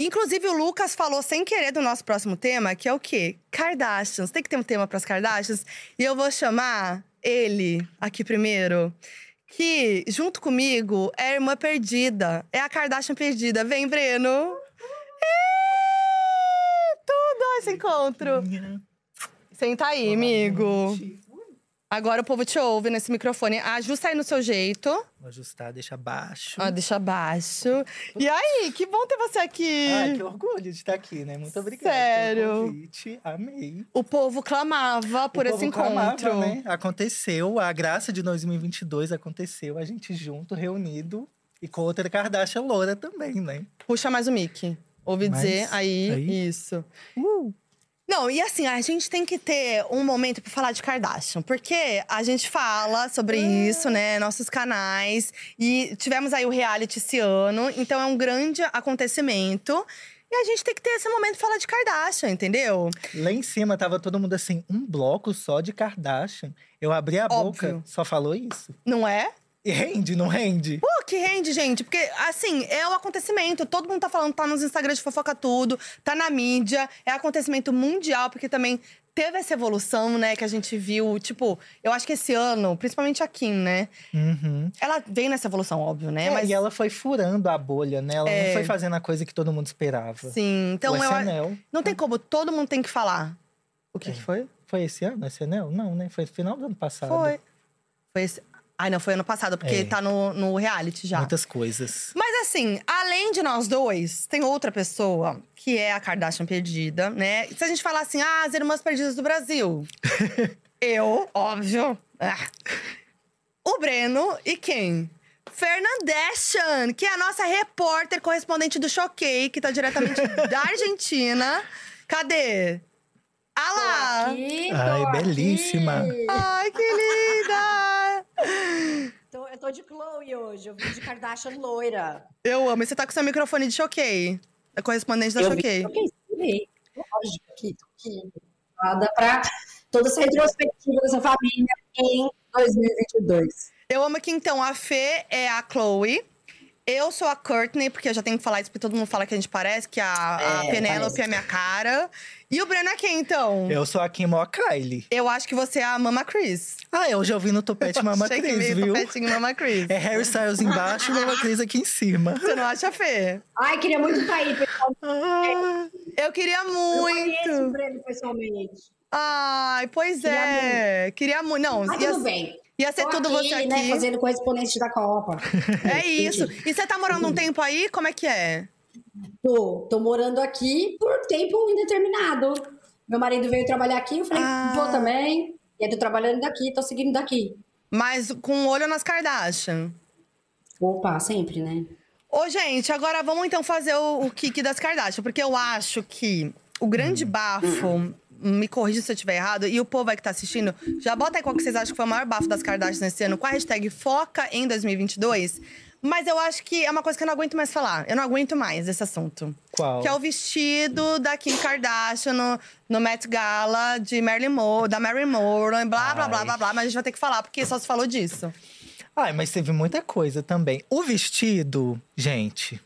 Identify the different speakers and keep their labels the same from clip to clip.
Speaker 1: Inclusive, o Lucas falou sem querer do nosso próximo tema, que é o quê? Kardashians. Tem que ter um tema pras Kardashians. E eu vou chamar ele aqui primeiro, que, junto comigo, é a irmã perdida. É a Kardashian perdida. Vem, Breno! Ih, Tudo esse encontro! Senta aí, amigo. Agora o povo te ouve nesse microfone. Ajusta aí no seu jeito.
Speaker 2: Vou ajustar, deixa baixo.
Speaker 1: Ó, deixa baixo. E aí, que bom ter você aqui.
Speaker 2: Ai, que orgulho de estar aqui, né? Muito obrigada
Speaker 1: Sério.
Speaker 2: pelo convite. Amei.
Speaker 1: O povo clamava por
Speaker 2: O
Speaker 1: esse
Speaker 2: povo
Speaker 1: encontro.
Speaker 2: clamava, né? Aconteceu, a graça de 2022 aconteceu. A gente junto, reunido. E com outra Kardashian loura também, né?
Speaker 1: Puxa mais o mic. Ouvi
Speaker 2: Mais
Speaker 1: dizer aí,
Speaker 2: aí? Uh.
Speaker 1: isso. Não, e assim, a gente tem que ter um momento pra falar de Kardashian, porque a gente fala sobre
Speaker 2: Ah.
Speaker 1: isso, né? Nossos canais. E tivemos aí o reality esse ano, então é um grande acontecimento. E a gente tem que ter esse momento pra falar de Kardashian, entendeu?
Speaker 2: Lá em cima tava todo mundo assim, um bloco só de Kardashian. Eu abri a
Speaker 1: Óbvio.
Speaker 2: boca, só falou isso.
Speaker 1: Não é?
Speaker 2: E rende, não rende?
Speaker 1: Pô, que rende, gente. Porque, assim, é um acontecimento. Todo mundo tá falando, tá nos Instagrams de fofoca tudo, tá na mídia. É acontecimento mundial, porque também teve essa evolução, né, que a gente viu. Tipo, eu acho que esse ano, principalmente a Kim, né?
Speaker 2: Uhum.
Speaker 1: Ela vem nessa evolução, óbvio, né?
Speaker 2: É,
Speaker 1: Mas,
Speaker 2: E ela foi furando a bolha, né? Ela
Speaker 1: É.
Speaker 2: não foi fazendo a coisa que todo mundo esperava.
Speaker 1: sim. Então,
Speaker 2: o
Speaker 1: eu, a-
Speaker 2: SNL.
Speaker 1: não tem como. Todo mundo tem que falar. O que,
Speaker 2: né? É.
Speaker 1: que foi?
Speaker 2: Foi esse ano, SNL? Não, né? Foi final do ano passado.
Speaker 1: Foi. Foi esse... Ai, não, foi ano passado, porque
Speaker 2: É.
Speaker 1: tá no, no reality já.
Speaker 2: Muitas coisas.
Speaker 1: Mas assim, além de nós dois, tem outra pessoa que é a Kardashian perdida, né? Se a gente falar assim, ah, as irmãs perdidas do Brasil. eu, óbvio. Ah. O Breno e quem? Fernandeshan, que é a nossa repórter correspondente do Choquei, que tá diretamente da Argentina. Cadê? Ah lá!
Speaker 3: Aqui, tô
Speaker 2: Ai,
Speaker 3: aqui.
Speaker 2: belíssima.
Speaker 1: Ai, que linda!
Speaker 3: Tô- eu tô de Chloe hoje, eu vim de Kardashian loira.
Speaker 1: Eu amo. E você tá com seu microfone de Choquei. É correspondente da
Speaker 3: eu
Speaker 1: Choquei.
Speaker 3: vim- ok, sim, lógico que tô aqui. Nada pra toda essa retrospectiva dessa família em 2022.
Speaker 1: Eu amo que então a Fê é a Chloe. Eu sou a Courtney, porque eu já tenho que falar isso, porque todo mundo fala que a gente parece, que a, a
Speaker 3: É,
Speaker 1: Penélope
Speaker 3: parece.
Speaker 1: é minha cara. E o Breno é quem, então? Eu...
Speaker 2: Eu sou a Kim Mó Kylie.
Speaker 1: acho que você é a Mama Chris.
Speaker 2: Ah, eu já ouvi no Topete Mama
Speaker 1: Achei que
Speaker 2: Cris,
Speaker 1: veio
Speaker 2: viu?
Speaker 1: topetinho Mama Chris.
Speaker 2: É Harry Styles embaixo e Mama Cris aqui em cima.
Speaker 1: Você não acha, Fê?
Speaker 3: Ai, queria muito estar aí, pessoal.
Speaker 2: Ah,
Speaker 1: Eu queria
Speaker 3: Eu conheço o
Speaker 1: muito.
Speaker 3: Breno pessoalmente.
Speaker 1: Ai, pois
Speaker 3: Queria
Speaker 1: é. Queria muito. Não,
Speaker 3: Mas
Speaker 1: ia,
Speaker 3: tudo bem.
Speaker 1: ia ser
Speaker 3: Tô
Speaker 1: tudo
Speaker 3: aqui,
Speaker 1: você aqui.
Speaker 3: né, fazendo correspondente da Copa.
Speaker 1: É isso. E você tá morando um tempo aí? Como é que é?
Speaker 3: Tô, tô morando aqui por tempo indeterminado. Meu marido veio trabalhar aqui, eu falei,
Speaker 1: Ah.
Speaker 3: vou também. E aí tô trabalhando daqui, tô seguindo daqui.
Speaker 1: Mas com um olho nas Kardashian.
Speaker 3: Opa, sempre, né?
Speaker 1: Ô, gente, agora vamos então fazer o, o kick das Kardashian, porque eu acho que o
Speaker 2: Hum.
Speaker 1: grande bafo, me corrija se eu estiver errado, e o povo aí que tá assistindo, já bota aí qual que vocês acham que foi o maior bafo das Kardashian nesse ano, com a hashtag Foca em 2022. Mas eu acho que é uma coisa que eu não aguento mais falar. Eu não aguento mais esse assunto.
Speaker 2: qual?
Speaker 1: Que é o vestido da Kim Kardashian no, no Met Gala de Marilyn Monroe, da Marilyn Monroe, blá, blá, blá,
Speaker 2: Ai.
Speaker 1: blá, blá. Mas a gente vai ter que falar, porque só se falou disso.
Speaker 2: Ai, mas teve muita coisa também. O vestido, gente.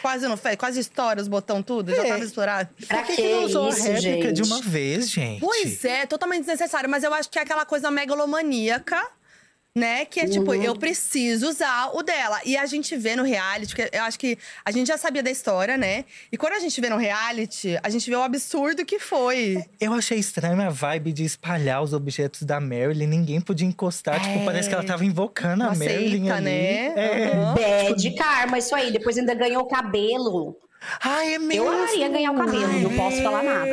Speaker 1: Quase não fez, quase estoura os botão tudo, já
Speaker 2: É.
Speaker 1: tava estourado.
Speaker 3: Pra
Speaker 2: Por que,
Speaker 3: que
Speaker 2: não usou
Speaker 3: isso,
Speaker 2: a réplica
Speaker 3: gente?
Speaker 2: de uma vez, gente?
Speaker 1: Pois é, totalmente desnecessário. Mas eu acho que é aquela coisa megalomaníaca, né? Que é tipo,
Speaker 3: Uhum.
Speaker 1: eu preciso usar o dela. E a gente vê no reality, porque eu acho que a gente já sabia da história, né? E quando a gente vê no reality, a gente vê o absurdo que foi.
Speaker 2: Eu achei estranha a vibe de espalhar os objetos da Marilyn. Ninguém podia encostar. Tipo,
Speaker 1: É.
Speaker 2: parece que ela tava invocando
Speaker 1: Uma
Speaker 2: a Marilyn
Speaker 1: seita,
Speaker 2: ali.
Speaker 1: né?
Speaker 2: É.
Speaker 1: Uhum.
Speaker 3: É de karma, isso aí. Depois ainda ganhou o cabelo.
Speaker 2: Ai, é
Speaker 3: Eu
Speaker 2: mesmo.
Speaker 3: amaria ganhar o cabelo, não posso falar nada.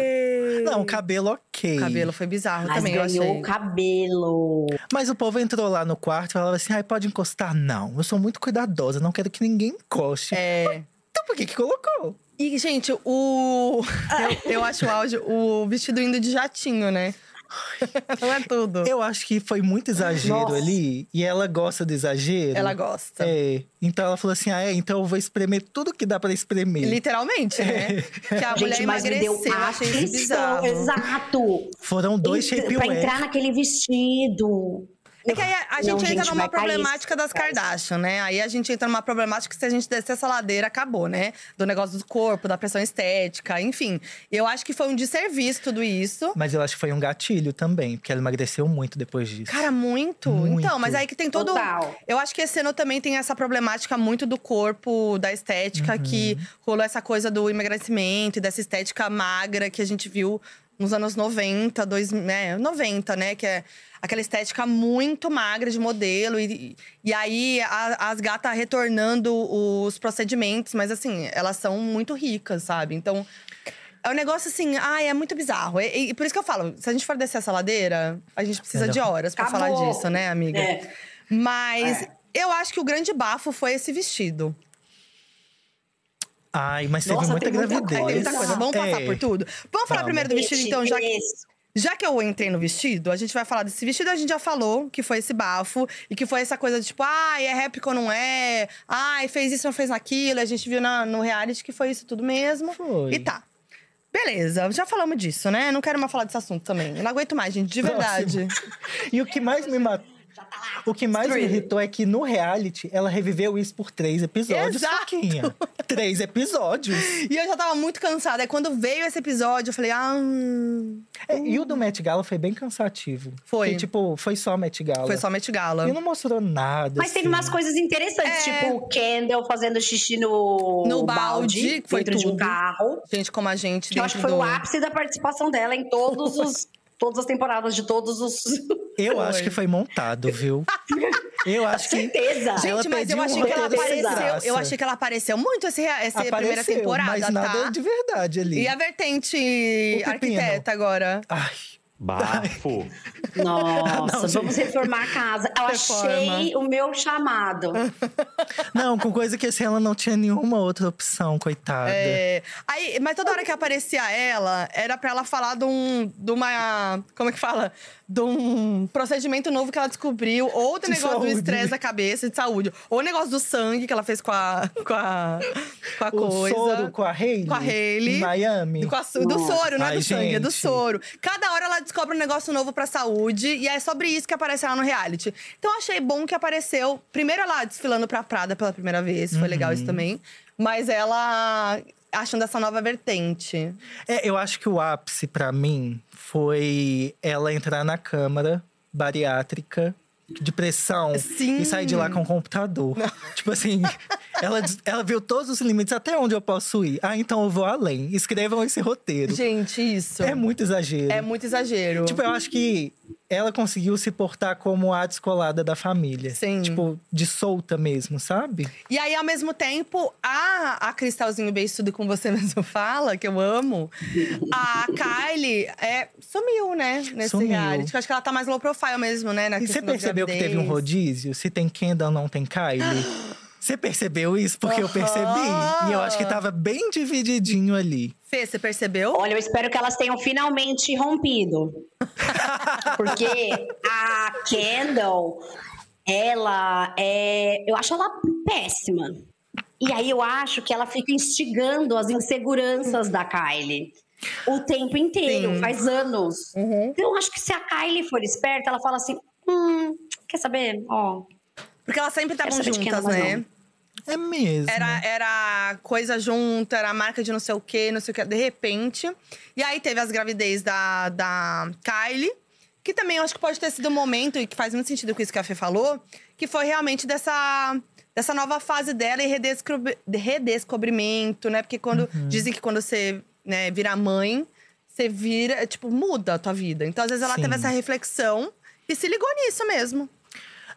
Speaker 2: Não, cabelo ok.
Speaker 1: O cabelo foi bizarro
Speaker 3: Mas
Speaker 1: também, eu achei.
Speaker 3: ganhou o cabelo.
Speaker 2: Mas o povo entrou lá no quarto e falava assim: ai, pode encostar? Não, eu sou muito cuidadosa, não quero que ninguém encoste.
Speaker 1: É.
Speaker 2: Então por que que colocou?
Speaker 1: E, gente, o. Eu, eu acho o áudio, o vestido indo de jatinho, né? Não é tudo.
Speaker 2: Eu acho que foi muito exagero
Speaker 3: Nossa.
Speaker 2: ali. E ela gosta de exagero.
Speaker 1: Ela gosta.
Speaker 2: É. Então ela falou assim: ah, é, então eu vou espremer tudo que dá pra espremer.
Speaker 1: Literalmente, né? Que a mulher
Speaker 3: gente, mas me deu
Speaker 1: emagreceu. eu achei isso
Speaker 3: aflição.
Speaker 1: bizarro.
Speaker 3: Exato.
Speaker 2: Foram dois
Speaker 3: Entra- pra
Speaker 2: shapewear.
Speaker 3: entrar naquele vestido.
Speaker 1: É que aí a, a
Speaker 3: Não,
Speaker 1: gente entra
Speaker 3: gente,
Speaker 1: numa
Speaker 3: vai cair isso,
Speaker 1: problemática das
Speaker 3: vai cair isso.
Speaker 1: Kardashian, né? Aí a gente entra numa problemática que se a gente descer essa ladeira, acabou, né? Do negócio do corpo, da pressão estética, enfim. Eu acho que foi um desserviço tudo isso.
Speaker 2: Mas eu acho que foi um gatilho também, porque ela emagreceu muito depois disso.
Speaker 1: Cara, muito.
Speaker 2: Muito.
Speaker 1: Então, mas aí que tem todo.
Speaker 3: Total.
Speaker 1: Eu acho que esse ano também tem essa problemática muito do corpo, da estética, que rolou essa coisa do emagrecimento e dessa estética magra que a gente viu nos anos 90, 2000, né, 90, né? Que é aquela estética muito magra de modelo. E, e aí a- as gatas retornando os procedimentos, mas assim, elas são muito ricas, sabe? Então. É um negócio assim, ai, é muito bizarro. E, e por isso que eu falo, se a gente for descer essa ladeira, a gente precisa
Speaker 2: Melhor.
Speaker 1: de horas pra falar
Speaker 3: Acabou.
Speaker 1: disso, né, amiga?
Speaker 3: É.
Speaker 1: Mas
Speaker 3: É.
Speaker 1: eu acho que o grande bafo foi esse vestido.
Speaker 2: Ai, mas teve
Speaker 3: Nossa,
Speaker 2: muita
Speaker 3: tem muita
Speaker 2: gravidez.
Speaker 1: Aí tem muita
Speaker 3: Exato.
Speaker 1: coisa. Vamos passar
Speaker 2: É.
Speaker 1: por tudo? Vamos falar
Speaker 2: Vamos.
Speaker 1: primeiro do vestido, então, já que,
Speaker 3: Isso.
Speaker 1: já que eu entrei no vestido, a gente vai falar desse vestido, a gente já falou que foi esse bafo e que foi essa coisa de tipo, ai, é réplica ou não é, ai, fez isso ou fez aquilo, a gente viu na- no reality que foi isso tudo mesmo.
Speaker 2: Foi.
Speaker 1: E tá. Beleza, já falamos disso, né? Não quero mais falar desse assunto também. Eu não aguento mais, gente, de verdade.
Speaker 2: E o que mais me matou. O que mais me
Speaker 3: Destruído.
Speaker 2: irritou é que no reality ela reviveu isso por três episódios.
Speaker 1: Exato.
Speaker 2: Foquinha. Três episódios.
Speaker 1: E eu já tava muito cansada. Aí quando veio esse episódio, eu falei, ah. hum,
Speaker 2: É, e o do Met Gala foi bem cansativo.
Speaker 1: Foi.
Speaker 2: Que, tipo, foi só Met Gala.
Speaker 1: Foi só Met
Speaker 2: E
Speaker 1: Gala.
Speaker 2: não mostrou nada.
Speaker 3: Mas
Speaker 2: assim.
Speaker 3: teve umas coisas interessantes,
Speaker 1: É.
Speaker 3: tipo o Kendall fazendo xixi no,
Speaker 1: No balde, que foi
Speaker 3: dentro de um
Speaker 1: tudo.
Speaker 3: carro.
Speaker 1: Gente, como a gente.
Speaker 3: Que eu acho que
Speaker 1: dentro
Speaker 3: foi o
Speaker 1: do-
Speaker 3: ápice da participação dela em todos os, todas as temporadas de todos os.
Speaker 2: Eu
Speaker 1: Foi.
Speaker 2: acho que foi montado, viu? Eu acho que.
Speaker 3: Certeza!
Speaker 1: Gente,
Speaker 2: Ela
Speaker 1: mas eu
Speaker 2: pediu um
Speaker 1: achei que ela
Speaker 2: roteiro sem
Speaker 1: apareceu. Eu
Speaker 2: graça.
Speaker 1: achei que ela apareceu muito esse, rea- essa
Speaker 2: Apareceu,
Speaker 1: primeira temporada,
Speaker 2: mas
Speaker 1: tá?
Speaker 2: nada de verdade ali.
Speaker 1: E a vertente
Speaker 2: pepino.
Speaker 1: arquiteta agora.
Speaker 2: Ai,
Speaker 4: Bafo.
Speaker 3: Nossa,
Speaker 2: Não, gente.
Speaker 3: vamos reformar a casa. Eu achei
Speaker 1: Reforma.
Speaker 3: o meu chamado.
Speaker 2: Não, com coisa que assim, ela não tinha nenhuma outra opção, coitada.
Speaker 1: É, aí, mas toda hora que aparecia ela, era pra ela falar de um. de uma. Como é que fala? De um procedimento novo que ela descobriu, ou do
Speaker 2: De
Speaker 1: negócio do
Speaker 2: saúde.
Speaker 1: estresse da cabeça, de saúde, ou o negócio do sangue que ela fez com a. com a. com a
Speaker 2: O
Speaker 1: coisa.
Speaker 2: soro com a Hailey.
Speaker 1: Com a Hailey.
Speaker 2: Em Miami.
Speaker 1: Do, com a su- do
Speaker 3: Nossa.
Speaker 1: soro, não é
Speaker 2: Ai,
Speaker 1: do sangue, é do
Speaker 2: gente.
Speaker 1: soro. Cada hora ela descobre um negócio novo pra saúde e é sobre isso que aparece ela no reality. Então achei bom que apareceu. Primeiro ela desfilando pra Prada pela primeira vez, foi legal
Speaker 2: Uhum.
Speaker 1: isso também. Mas ela achando essa nova vertente.
Speaker 2: É, eu acho que o ápice pra mim foi ela entrar na câmara bariátrica de pressão
Speaker 1: Sim.
Speaker 2: e sair de lá com o computador. Tipo assim, ela, des- ela viu todos os limites até onde eu posso ir. Ah, então eu vou além. Escrevam esse roteiro.
Speaker 1: Gente, isso.
Speaker 2: É muito exagero.
Speaker 1: É muito exagero.
Speaker 2: Tipo, eu acho que ela conseguiu se portar como a descolada da família.
Speaker 1: Sim.
Speaker 2: Tipo, de solta mesmo, sabe?
Speaker 1: E aí, ao mesmo tempo, a, a Cristalzinho Beiçudo com você mesmo fala, que eu amo, a Kylie é, sumiu, né? Nesse
Speaker 2: Sumiu.
Speaker 1: reality. Eu acho que ela tá mais low profile mesmo, né? na
Speaker 2: E você
Speaker 1: questão da
Speaker 2: percebeu que teve um
Speaker 1: gravidez.
Speaker 2: rodízio? Se tem Kendall, não tem Kylie? Você percebeu isso? Porque eu percebi. E eu acho que tava bem divididinho ali.
Speaker 1: Fê, você percebeu?
Speaker 3: Olha, eu espero que elas tenham finalmente rompido. Porque a Kendall, ela é. Eu acho ela péssima. E aí eu acho que ela fica instigando as inseguranças da Kylie o tempo inteiro,
Speaker 1: Sim.
Speaker 3: faz anos.
Speaker 1: Uhum.
Speaker 3: Então eu acho que se a Kylie for esperta, ela fala assim: hum, quer saber? Ó,
Speaker 1: Porque elas sempre estavam
Speaker 3: Quero saber de quem
Speaker 1: juntas,
Speaker 3: ela
Speaker 1: né?
Speaker 3: não.
Speaker 2: É mesmo.
Speaker 3: Né?
Speaker 1: Era, era coisa junta, era marca de não sei o quê, não sei o quê. De repente. E aí teve as gravidez da, da Kylie. Que também eu acho que pode ter sido um momento, e que faz muito sentido com isso que a Fê falou, que foi realmente dessa, dessa nova fase dela e redescobri- de redescobrimento, né? Porque quando.
Speaker 3: Uhum.
Speaker 1: Dizem que quando você né, vira mãe, você vira. Tipo, muda a tua vida. Então, às vezes, ela
Speaker 2: Sim.
Speaker 1: teve essa reflexão e se ligou nisso mesmo.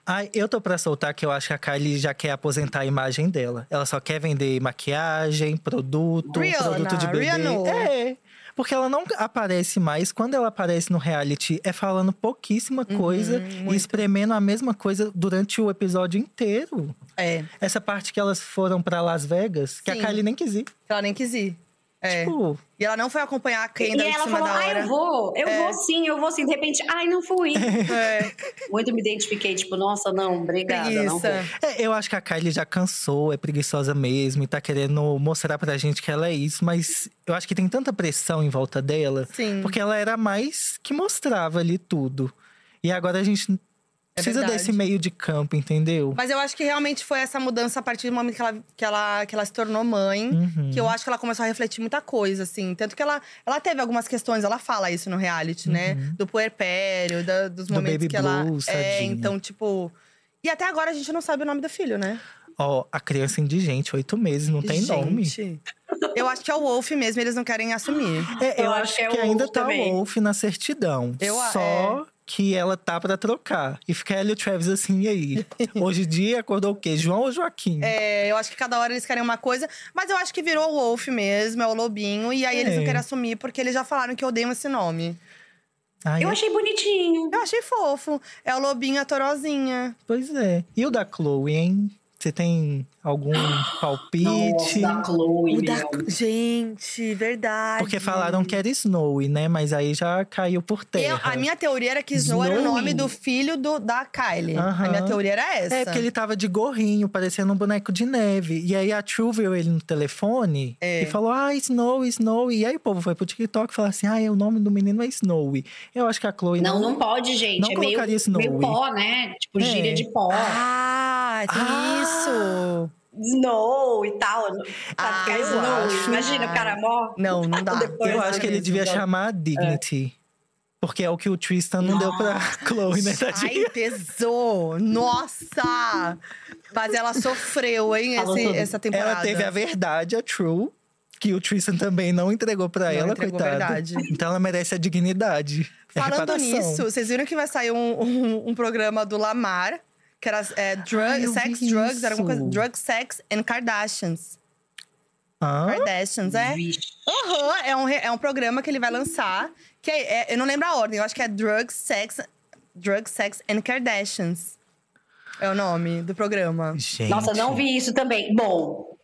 Speaker 2: Ai, eu tô pra soltar que eu acho que a Kylie já quer aposentar a imagem dela. Ela só quer vender maquiagem, produto,
Speaker 1: Rihanna,
Speaker 2: produto de bebê.
Speaker 1: Rihanna.
Speaker 2: É. Porque ela não aparece mais. Quando ela aparece no reality, é falando pouquíssima coisa
Speaker 1: Uhum,
Speaker 2: e espremendo a mesma coisa durante o episódio inteiro.
Speaker 1: É.
Speaker 2: Essa parte que elas foram pra Las Vegas, que
Speaker 1: Sim.
Speaker 2: a Kylie nem quis ir.
Speaker 1: Ela nem quis ir. É.
Speaker 2: Tipo,
Speaker 1: E ela não foi acompanhar a
Speaker 3: E
Speaker 1: Kendall em
Speaker 3: ela
Speaker 1: cima
Speaker 3: falou:
Speaker 1: da
Speaker 3: ah,
Speaker 1: hora.
Speaker 3: eu vou, eu vou sim, eu vou sim. De repente, ai, não fui.
Speaker 1: É,
Speaker 3: Muito me identifiquei, tipo, nossa, não, obrigada, não vou.
Speaker 1: preguiça.
Speaker 2: é, eu acho que a Kylie já cansou, é preguiçosa mesmo e tá querendo mostrar pra gente que ela é isso, mas eu acho que tem tanta pressão em volta dela,
Speaker 1: Sim.
Speaker 2: porque ela era a mais que mostrava ali tudo. E agora a gente
Speaker 1: É
Speaker 2: Precisa
Speaker 1: verdade.
Speaker 2: desse meio de campo, entendeu?
Speaker 1: Mas eu acho que realmente foi essa mudança a partir do momento que ela, que ela, que ela se tornou mãe.
Speaker 2: Uhum.
Speaker 1: Que eu acho que ela começou a refletir muita coisa, assim. Tanto que ela, ela teve algumas questões, ela fala isso no reality, né? Do puerpério, da- dos
Speaker 2: Uhum. Do
Speaker 1: momentos
Speaker 2: baby
Speaker 1: que ela.
Speaker 2: blues,
Speaker 1: é,
Speaker 2: tadinha.
Speaker 1: então, tipo. E até agora a gente não sabe o nome do filho, né?
Speaker 2: Ó, a criança é indigente, oito meses, não tem nome.
Speaker 1: Gente, Eu acho que é o Wolf mesmo, eles não querem assumir.
Speaker 2: É, eu,
Speaker 3: Eu
Speaker 2: acho
Speaker 3: acho que é
Speaker 2: que
Speaker 3: o
Speaker 2: ainda
Speaker 3: Wolf
Speaker 2: tá
Speaker 3: também.
Speaker 2: o Wolf na certidão.
Speaker 1: Eu a-
Speaker 2: só que ela tá pra trocar. E fica ela e o Travis assim, e aí? Hoje em dia acordou o quê? João ou Joaquim?
Speaker 1: É, eu acho que cada hora eles querem uma coisa, mas eu acho que virou o Wolf mesmo, é o Lobinho, e aí eles não
Speaker 2: É.
Speaker 1: querem assumir porque eles já falaram que odeiam esse nome.
Speaker 2: Aí,
Speaker 3: Eu achei bonitinho.
Speaker 1: Eu achei fofo. É o Lobinho, a Torozinha.
Speaker 2: Pois é. E o da Chloe, hein? Você tem algum palpite?
Speaker 3: da Chloe,
Speaker 1: O da-
Speaker 3: meu.
Speaker 1: Gente, verdade.
Speaker 2: Porque é falaram que era Snowy, né? Mas aí já caiu por
Speaker 1: Eu-
Speaker 2: terra.
Speaker 1: a minha teoria era que Snow era o
Speaker 2: Snowy.
Speaker 1: nome do filho do, da Kylie. A
Speaker 2: Aham.
Speaker 1: minha teoria era essa.
Speaker 2: É, porque ele tava de gorrinho, parecendo um boneco de neve. E aí a True viu ele no telefone
Speaker 1: É.
Speaker 2: e falou: Ah, Snow, Snow. E aí o povo foi pro TikTok e falou assim: Ah, o nome do menino é Snowy. Eu acho que a Chloe.
Speaker 3: Não, não pode, gente.
Speaker 2: Não
Speaker 3: é meio,
Speaker 2: colocaria Snowy.
Speaker 3: meio pó, né? Tipo,
Speaker 2: É.
Speaker 3: gíria de pó.
Speaker 1: Ah, tem
Speaker 2: Ah!
Speaker 1: isso.
Speaker 3: Snow e tal. Pra
Speaker 1: Ah,
Speaker 3: ficar
Speaker 1: eu
Speaker 3: Snow.
Speaker 1: acho.
Speaker 3: Imagina, o cara mó.
Speaker 1: Não, não dá.
Speaker 3: Depois
Speaker 2: Eu
Speaker 3: Pois
Speaker 2: acho
Speaker 3: é
Speaker 2: que ele
Speaker 3: mesmo,
Speaker 2: devia
Speaker 3: então.
Speaker 2: chamar Dignity. Porque é o que o Tristan não deu pra Chloe, né, tadinha?
Speaker 1: Ai, pesou! Nossa! Mas ela sofreu, hein,
Speaker 3: Falou
Speaker 1: esse-
Speaker 3: tudo.
Speaker 1: essa temporada.
Speaker 2: Ela teve a verdade, a True, que o Tristan também não entregou pra
Speaker 1: Não
Speaker 2: ela,
Speaker 1: entregou a
Speaker 2: coitada.
Speaker 1: verdade.
Speaker 2: Então ela merece a dignidade. a
Speaker 1: Falando
Speaker 2: É reparação.
Speaker 1: nisso, vocês viram que vai sair um, um- um programa do Lamar, que era é, drug-
Speaker 2: Ai, eu
Speaker 1: Sex,
Speaker 2: vi
Speaker 1: Drugs, era alguma coisa.
Speaker 2: isso.
Speaker 1: Drug, Sex and Kardashians.
Speaker 2: Hã?
Speaker 1: Kardashians, é?
Speaker 3: Vixe.
Speaker 1: Aham, é, um, re- é um programa que ele vai lançar. Que é- é- eu não lembro a ordem, eu acho que é Drugs, Sex, Drug, Sex and Kardashians. É o nome do programa.
Speaker 2: Gente.
Speaker 3: Nossa, não vi isso também. Bom,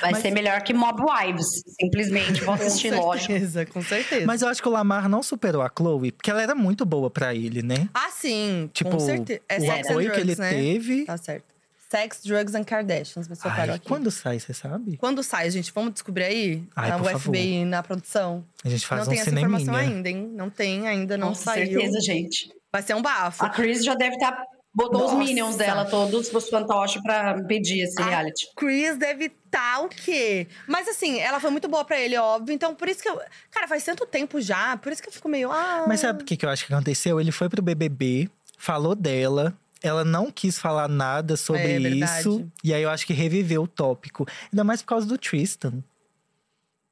Speaker 3: vai
Speaker 2: Mas-
Speaker 3: ser melhor que Mob Wives. Simplesmente, vou assistir, lógico.
Speaker 1: certeza, com certeza.
Speaker 2: Mas eu acho que o Lamar não superou a Chloe, porque ela era muito boa pra ele, né?
Speaker 1: Ah, sim.
Speaker 2: Tipo,
Speaker 1: com certeza. É
Speaker 2: o
Speaker 1: Sex and
Speaker 2: apoio
Speaker 1: Drugs,
Speaker 2: que ele
Speaker 1: né?
Speaker 2: teve.
Speaker 1: Tá certo. Sex, Drugs and Kardashians. Mas eu
Speaker 2: Ai,
Speaker 1: paro aqui. Quando...
Speaker 2: quando sai, você sabe?
Speaker 1: sai, gente? Vamos descobrir aí?
Speaker 2: Ai,
Speaker 1: na
Speaker 2: por
Speaker 1: UFBI,
Speaker 2: favor.
Speaker 1: na produção.
Speaker 2: A gente faz
Speaker 1: não
Speaker 2: um
Speaker 1: tem essa informação
Speaker 2: cineminha.
Speaker 1: ainda, hein? Não tem, ainda não
Speaker 3: Com
Speaker 1: saiu.
Speaker 3: certeza, Ah, gente.
Speaker 1: Vai ser um bafo.
Speaker 3: A Chris já deve estar. botou
Speaker 1: Nossa.
Speaker 3: os minions dela todos, os fantoches, pra pedir esse
Speaker 1: Ah,
Speaker 3: reality.
Speaker 1: Chris deve estar o quê? Mas assim, ela foi muito boa pra ele, óbvio. Então, por isso que eu. Cara, faz tanto tempo já, por isso que eu fico meio. Ah,
Speaker 2: Mas sabe o que, que eu acho que aconteceu? Ele foi pro BBB, falou dela. Ela não quis falar nada sobre
Speaker 1: É, verdade.
Speaker 2: isso. E aí eu acho que reviveu o tópico. Ainda mais por causa do Tristan.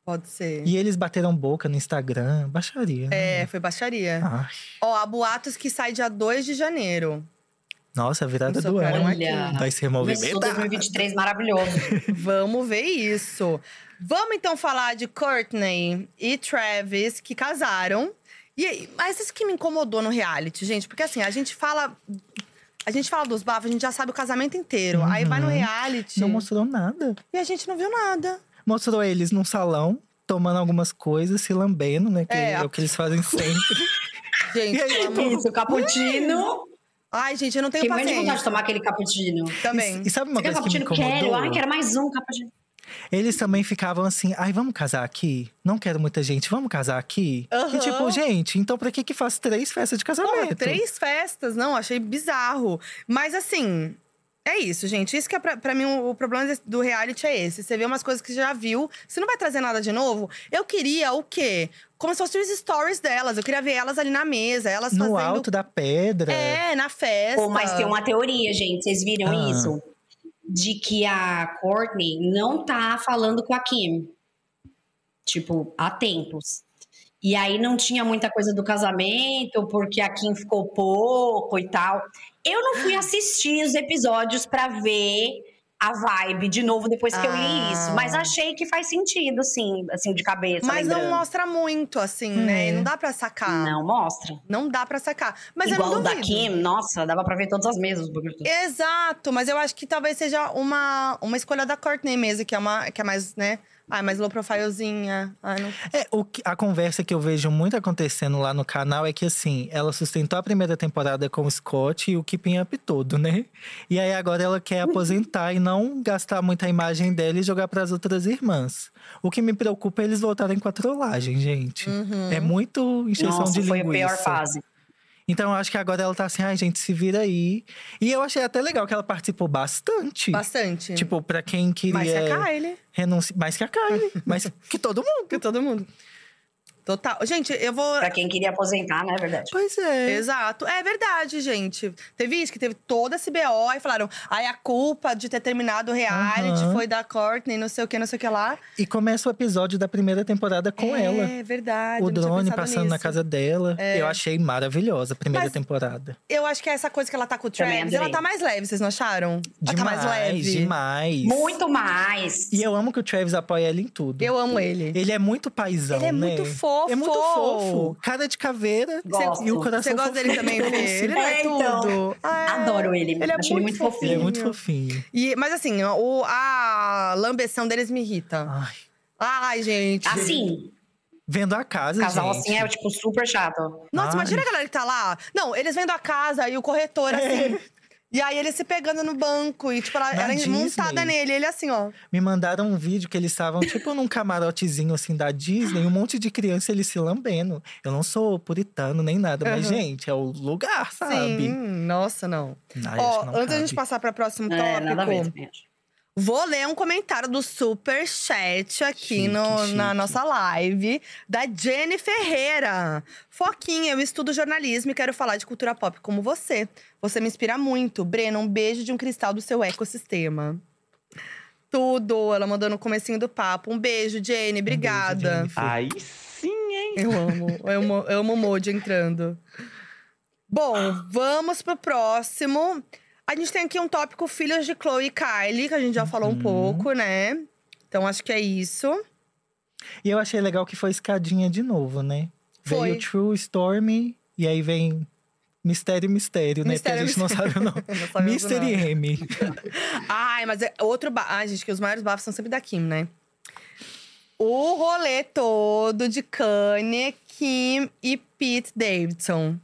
Speaker 1: pode ser.
Speaker 2: E eles bateram boca no Instagram. Baixaria. né?
Speaker 1: É, foi baixaria.
Speaker 2: Ai,
Speaker 1: Ó, há boatos que sai dia 2 de janeiro.
Speaker 2: nossa, a virada
Speaker 1: Isso
Speaker 2: do
Speaker 1: pra
Speaker 2: ano.
Speaker 1: mim.
Speaker 3: Olha.
Speaker 2: Vai ser
Speaker 3: Começou
Speaker 2: movimento.
Speaker 3: 2023 maravilhoso.
Speaker 1: Vamos ver isso. Vamos então falar de Courtney e Travis que casaram. E aí, mas isso que me incomodou no reality, gente, porque assim, a gente fala a gente fala dos bafos, a gente já sabe o casamento inteiro. Aí vai no
Speaker 2: Uhum.
Speaker 1: reality
Speaker 2: Não mostrou nada.
Speaker 1: e a gente não viu nada.
Speaker 2: Mostrou eles num salão, tomando algumas coisas, se lambendo, né? Que
Speaker 1: É,
Speaker 2: é, o que eles fazem sempre.
Speaker 1: Gente,
Speaker 2: E aí,
Speaker 1: pelo amor-
Speaker 3: Isso, cappuccino.
Speaker 1: ai, gente, eu não tenho
Speaker 3: Fiquei morrendo de vontade de
Speaker 1: paciência
Speaker 3: tomar aquele cappuccino.
Speaker 1: também.
Speaker 2: E sabe uma
Speaker 3: Você quer
Speaker 2: coisa que me
Speaker 3: cappuccino?
Speaker 2: incomodou?
Speaker 3: Quero. Ai, quero mais um cappuccino.
Speaker 2: Eles também ficavam assim, ai, vamos casar aqui? Não quero muita gente, vamos casar aqui?
Speaker 1: Aham.
Speaker 2: E tipo, gente, então pra que que faz três festas de
Speaker 1: Porra,
Speaker 2: casamento?
Speaker 1: três festas, não, achei bizarro. Mas assim, é isso, gente. Isso que é pra, pra mim o, o problema desse- do reality é esse. Você vê umas coisas que você já viu, você não vai trazer nada de novo. Eu queria o quê? Como se fossem os stories delas. Eu queria ver elas ali na mesa, elas
Speaker 2: No
Speaker 1: fazendo.
Speaker 2: alto da pedra.
Speaker 1: É, na festa.
Speaker 3: Pô, mas tem uma teoria, gente. Vocês viram
Speaker 2: Ah.
Speaker 3: isso? De que a Courtney não tá falando com a Kim. Tipo, há tempos. E aí não tinha muita coisa do casamento, porque a Kim ficou pouco e tal. Eu não
Speaker 1: Ah.
Speaker 3: fui assistir os episódios pra ver a vibe de novo depois que eu
Speaker 1: Ah.
Speaker 3: li isso. Mas achei que faz sentido, sim, assim, de cabeça.
Speaker 1: Mas não
Speaker 3: lembrando.
Speaker 1: mostra muito, assim,
Speaker 2: Hum.
Speaker 1: né? E Não dá pra sacar. Não,
Speaker 3: Não mostra.
Speaker 1: dá pra sacar. Mas
Speaker 3: Igual
Speaker 1: eu
Speaker 3: o
Speaker 1: não
Speaker 3: da
Speaker 1: duvido. É,
Speaker 3: Kim, nossa, dava pra ver todas as mesas.
Speaker 1: Exato, mas eu acho que talvez seja uma, uma escolha da Courtney mesmo, que é, uma, que é mais, né? Ah, mais low profilezinha. Ah, não
Speaker 2: É, o que- a conversa que eu vejo muito acontecendo lá no canal é que, assim, ela sustentou a primeira temporada com o Scott e o Keeping Up todo, né? E aí agora ela quer
Speaker 1: Uhum.
Speaker 2: aposentar e não gastar muita imagem dela e jogar pras outras irmãs. O que me preocupa
Speaker 1: Uhum.
Speaker 2: é eles voltarem com a trollagem, gente. É muito encheção
Speaker 3: Nossa,
Speaker 2: de
Speaker 3: foi
Speaker 2: linguiça.
Speaker 3: a pior fase.
Speaker 2: Então eu acho que agora ela tá assim, ai, gente, se vira aí. E eu achei até legal que ela participou bastante.
Speaker 1: Bastante.
Speaker 2: Tipo, pra quem queria.
Speaker 1: mais que a Kylie.
Speaker 2: renunciar. Mais que a Kylie. mais que todo mundo.
Speaker 1: Que todo mundo. Total. Gente, eu vou.
Speaker 2: É
Speaker 3: Pra quem queria aposentar, não é verdade?
Speaker 2: Pois é.
Speaker 1: Exato. É verdade, gente. Teve isso, que teve toda esse BO e falaram. Aí a culpa de ter terminado o reality
Speaker 2: Aham.
Speaker 1: foi da Courtney, não sei o que, não sei o que lá.
Speaker 2: E começa o episódio da primeira temporada com
Speaker 1: é,
Speaker 2: ela.
Speaker 1: verdade. eu
Speaker 2: O
Speaker 1: não tinha
Speaker 2: drone
Speaker 1: pensado
Speaker 2: passando
Speaker 1: nisso.
Speaker 2: na casa dela.
Speaker 1: É.
Speaker 2: Eu achei maravilhosa a primeira
Speaker 1: Mas-
Speaker 2: temporada.
Speaker 1: Eu acho que essa coisa que ela tá com o
Speaker 3: Também
Speaker 1: Travis, ela
Speaker 3: adorei.
Speaker 1: tá mais leve, vocês não acharam? ela tá mais leve.
Speaker 2: demais.
Speaker 3: Muito mais.
Speaker 2: E eu amo que o Travis apoia ela em tudo.
Speaker 1: Eu amo ele.
Speaker 2: Ele é muito paizão,
Speaker 1: Ele é
Speaker 2: né?
Speaker 1: muito fofo.
Speaker 2: É muito fofo. Cara de caveira
Speaker 3: Gosto.
Speaker 2: e o coração
Speaker 1: Você gosta
Speaker 2: fofinho.
Speaker 1: dele também, Fê? Ele não é
Speaker 3: É, então.
Speaker 1: tudo. Ah, é.
Speaker 3: Adoro ele.
Speaker 1: Ele é
Speaker 3: Acho ele
Speaker 1: muito
Speaker 3: muito
Speaker 1: fofinho.
Speaker 3: fofinho.
Speaker 2: Ele é muito fofinho.
Speaker 1: E- mas assim, o, a lambeção deles me irrita.
Speaker 2: Ai,
Speaker 1: Ai, gente.
Speaker 3: Assim,
Speaker 2: vendo a casa,
Speaker 3: casal
Speaker 2: gente.
Speaker 3: assim é, tipo, super chato.
Speaker 1: Nossa,
Speaker 2: Ai.
Speaker 1: imagina a galera que tá lá. Não, eles vendo a casa e o corretor,
Speaker 2: É.
Speaker 1: assim. E aí eles se pegando no banco e, tipo, ela,
Speaker 2: Na
Speaker 1: ela
Speaker 2: Disney.
Speaker 1: montada nele. Ele assim, ó.
Speaker 2: Me mandaram um vídeo que eles estavam, tipo, num camarotezinho assim da Disney, um monte de criança eles se lambendo. Eu não sou puritano nem nada, mas,
Speaker 1: Aham.
Speaker 2: gente, é o lugar,
Speaker 1: Sim,
Speaker 2: sabe?
Speaker 1: nossa, não.
Speaker 2: Ai,
Speaker 1: ó,
Speaker 2: acho que não
Speaker 1: antes da gente
Speaker 2: cabe.
Speaker 1: passar pra próximo
Speaker 3: Não é, nada a ver
Speaker 1: Um tópico,
Speaker 3: também, acho.
Speaker 1: vou ler um comentário do super chat aqui
Speaker 2: Chique,
Speaker 1: no- na
Speaker 2: chique.
Speaker 1: nossa live, da Jenny Ferreira. Foquinha, eu estudo jornalismo e quero falar de cultura pop como você. Você me inspira muito. Breno, um beijo de um cristal do seu ecossistema. Tudo, ela mandou no comecinho do papo. Um beijo, Jenny,
Speaker 2: Um beijo,
Speaker 1: obrigada.
Speaker 2: Jennifer.
Speaker 4: Aí sim, hein?
Speaker 1: Eu amo, eu amo, eu amo o Mojo entrando. Bom, vamos pro próximo. A gente tem aqui um tópico filhos de Chloe e Kylie, que a gente já falou um
Speaker 2: Uhum.
Speaker 1: pouco, né? Então acho que é isso.
Speaker 2: E eu achei legal que foi escadinha de novo, né?
Speaker 1: Foi.
Speaker 2: Veio True Storm e aí vem Mistério Mistério, né?
Speaker 1: Mistério,
Speaker 2: que a gente não sabe o nome.
Speaker 1: Não sabe o
Speaker 2: Mystery
Speaker 1: nome.
Speaker 2: M.
Speaker 1: Ai, mas é outro ba... Ai, gente, que os maiores bafos são sempre da Kim, né? O rolê todo de Kanye, Kim e Pete Davidson.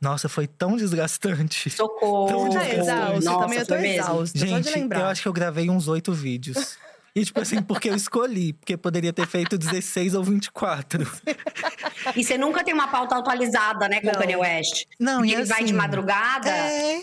Speaker 2: Nossa, foi tão desgastante.
Speaker 3: Socorro.
Speaker 2: Tão
Speaker 1: Você tá exausto,
Speaker 3: Nossa,
Speaker 1: também eu tô
Speaker 3: foi mesmo.
Speaker 1: exausta, só de
Speaker 2: Gente,
Speaker 1: lembrar.
Speaker 2: eu acho que eu gravei uns oito vídeos. E tipo assim, porque eu escolhi, porque poderia ter feito 16 ou 24.
Speaker 3: E você nunca tem uma pauta atualizada, né, com o
Speaker 1: Não.
Speaker 3: Kanye West.
Speaker 2: Não,
Speaker 3: Porque
Speaker 2: e
Speaker 3: ele vai de
Speaker 2: assim,
Speaker 3: madrugada,
Speaker 2: É,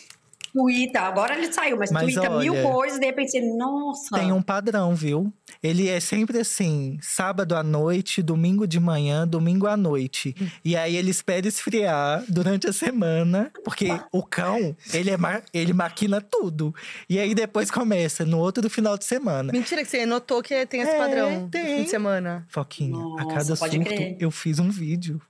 Speaker 3: Twitter. Agora ele saiu, mas,
Speaker 2: Mas
Speaker 3: Twitter mil
Speaker 2: olha,
Speaker 3: coisas, de repente você, nossa.
Speaker 2: tem um padrão, viu? Ele é sempre assim, sábado à noite, domingo de manhã, domingo à noite. E aí ele espera esfriar durante a semana, porque o cão, ele, é ma- ele maquina tudo. E aí depois começa, no outro final de semana.
Speaker 1: Mentira que você notou que tem esse
Speaker 2: É,
Speaker 1: padrão de
Speaker 2: tem.
Speaker 1: fim de semana.
Speaker 2: Foquinha, a
Speaker 3: Nossa,
Speaker 2: cada
Speaker 3: pode
Speaker 2: surto
Speaker 3: crer.
Speaker 2: eu fiz um vídeo.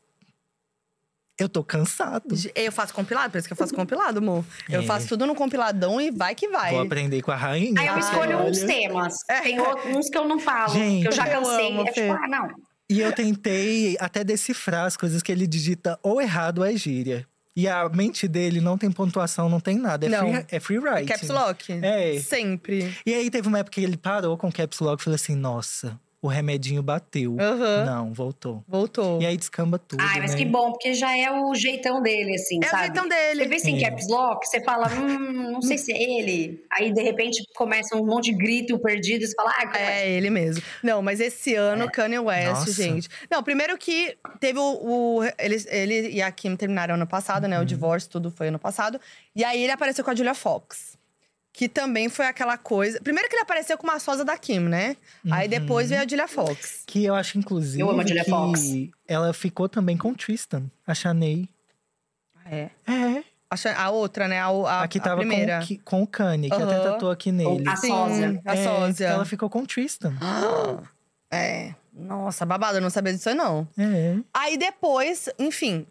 Speaker 2: Eu tô cansado.
Speaker 1: Eu faço compilado, por isso que eu faço compilado, amor. Eu
Speaker 2: É.
Speaker 1: faço tudo no compiladão e vai que vai.
Speaker 2: Vou aprender com a rainha.
Speaker 3: Aí eu
Speaker 1: Ai,
Speaker 3: escolho um.
Speaker 2: olha.
Speaker 3: uns temas. Tem outros, uns que eu não falo,
Speaker 2: Gente,
Speaker 3: que eu já
Speaker 1: eu
Speaker 3: cansei.
Speaker 1: amo,
Speaker 3: é
Speaker 1: Fê.
Speaker 3: tipo, ah, não.
Speaker 2: E eu tentei até decifrar as coisas que ele digita ou errado ou é gíria. E a mente dele não tem pontuação, não tem nada. É
Speaker 1: Não.
Speaker 2: free, é free writing.
Speaker 1: Caps Lock?
Speaker 2: É.
Speaker 1: Sempre.
Speaker 2: E aí teve uma época que ele parou com caps lock e falou assim: nossa, o remedinho bateu.
Speaker 1: Aham.
Speaker 2: Não, voltou.
Speaker 1: Voltou.
Speaker 2: E aí descamba tudo.
Speaker 3: Ai, mas
Speaker 2: né?
Speaker 3: que bom, porque já é o jeitão dele, assim,
Speaker 1: é
Speaker 3: sabe?
Speaker 1: o jeitão
Speaker 3: Você
Speaker 1: dele.
Speaker 3: vê assim,
Speaker 2: É.
Speaker 3: caps lock, você fala, hum, não sei se é ele. Aí, de repente, começa um monte de grito perdido e você fala, ah, é.
Speaker 1: É ele mesmo. Não, mas esse ano, Kanye West,
Speaker 2: É. Nossa.
Speaker 1: gente. Não, primeiro que teve o. o- eles- ele, e a Kim terminaram ano passado, né?
Speaker 2: Uhum.
Speaker 1: O divórcio, tudo foi ano passado. E aí ele apareceu com a Julia Fox. Que também foi aquela coisa. Primeiro que ele apareceu com uma sosa da Kim, né?
Speaker 2: Uhum.
Speaker 1: Aí depois veio a Julia Fox.
Speaker 2: Que eu acho, inclusive,
Speaker 3: Eu amo a Julia
Speaker 2: que
Speaker 3: Fox.
Speaker 2: ela ficou também com o Tristan, a Chaney.
Speaker 1: É.
Speaker 2: É,
Speaker 1: A, Shan- a outra, né? A, a,
Speaker 2: a que
Speaker 1: a
Speaker 2: tava com,
Speaker 1: primeira.
Speaker 2: o Ki- com o Kanye, que até
Speaker 1: Aham.
Speaker 2: tatuou aqui nele.
Speaker 3: A
Speaker 1: Sim,
Speaker 3: sósia.
Speaker 1: A
Speaker 2: É,
Speaker 1: sósia.
Speaker 2: Ela ficou com o Tristan.
Speaker 1: É. Nossa, babado, eu não sabia disso aí, não.
Speaker 2: É.
Speaker 1: Aí depois, enfim,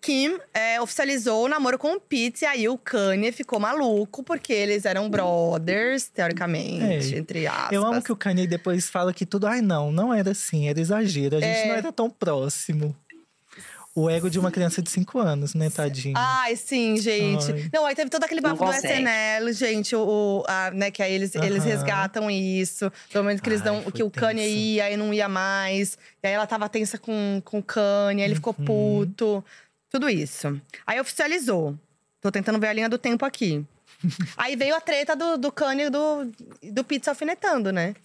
Speaker 1: Kim é, oficializou o namoro com o Pete. E aí o Kanye ficou maluco, porque eles eram brothers, teoricamente,
Speaker 2: É.
Speaker 1: entre aspas.
Speaker 2: Eu amo que o Kanye depois fala que tudo, ai não, não era assim, era exagero, a gente
Speaker 1: É.
Speaker 2: não era tão próximo. O ego de uma criança de 5 anos, né, tadinho?
Speaker 1: Ai, sim, gente.
Speaker 2: Ai.
Speaker 1: Não, aí teve todo aquele
Speaker 3: Não
Speaker 1: bafo do
Speaker 3: consegue.
Speaker 1: SNL, gente, o, o- a, né, que aí eles, eles
Speaker 2: Aham.
Speaker 1: resgatam isso. Pelo menos que eles
Speaker 2: Ai,
Speaker 1: dão
Speaker 2: foi
Speaker 1: que o Kanye
Speaker 2: tenso.
Speaker 1: ia e não ia mais. E aí ela tava tensa com, com o Kanye, aí ele ficou
Speaker 2: Uhum.
Speaker 1: puto. Tudo isso. Aí oficializou. Tô tentando ver a linha do tempo aqui. aí veio a treta do, do Kanye e do, do Pizza alfinetando, né?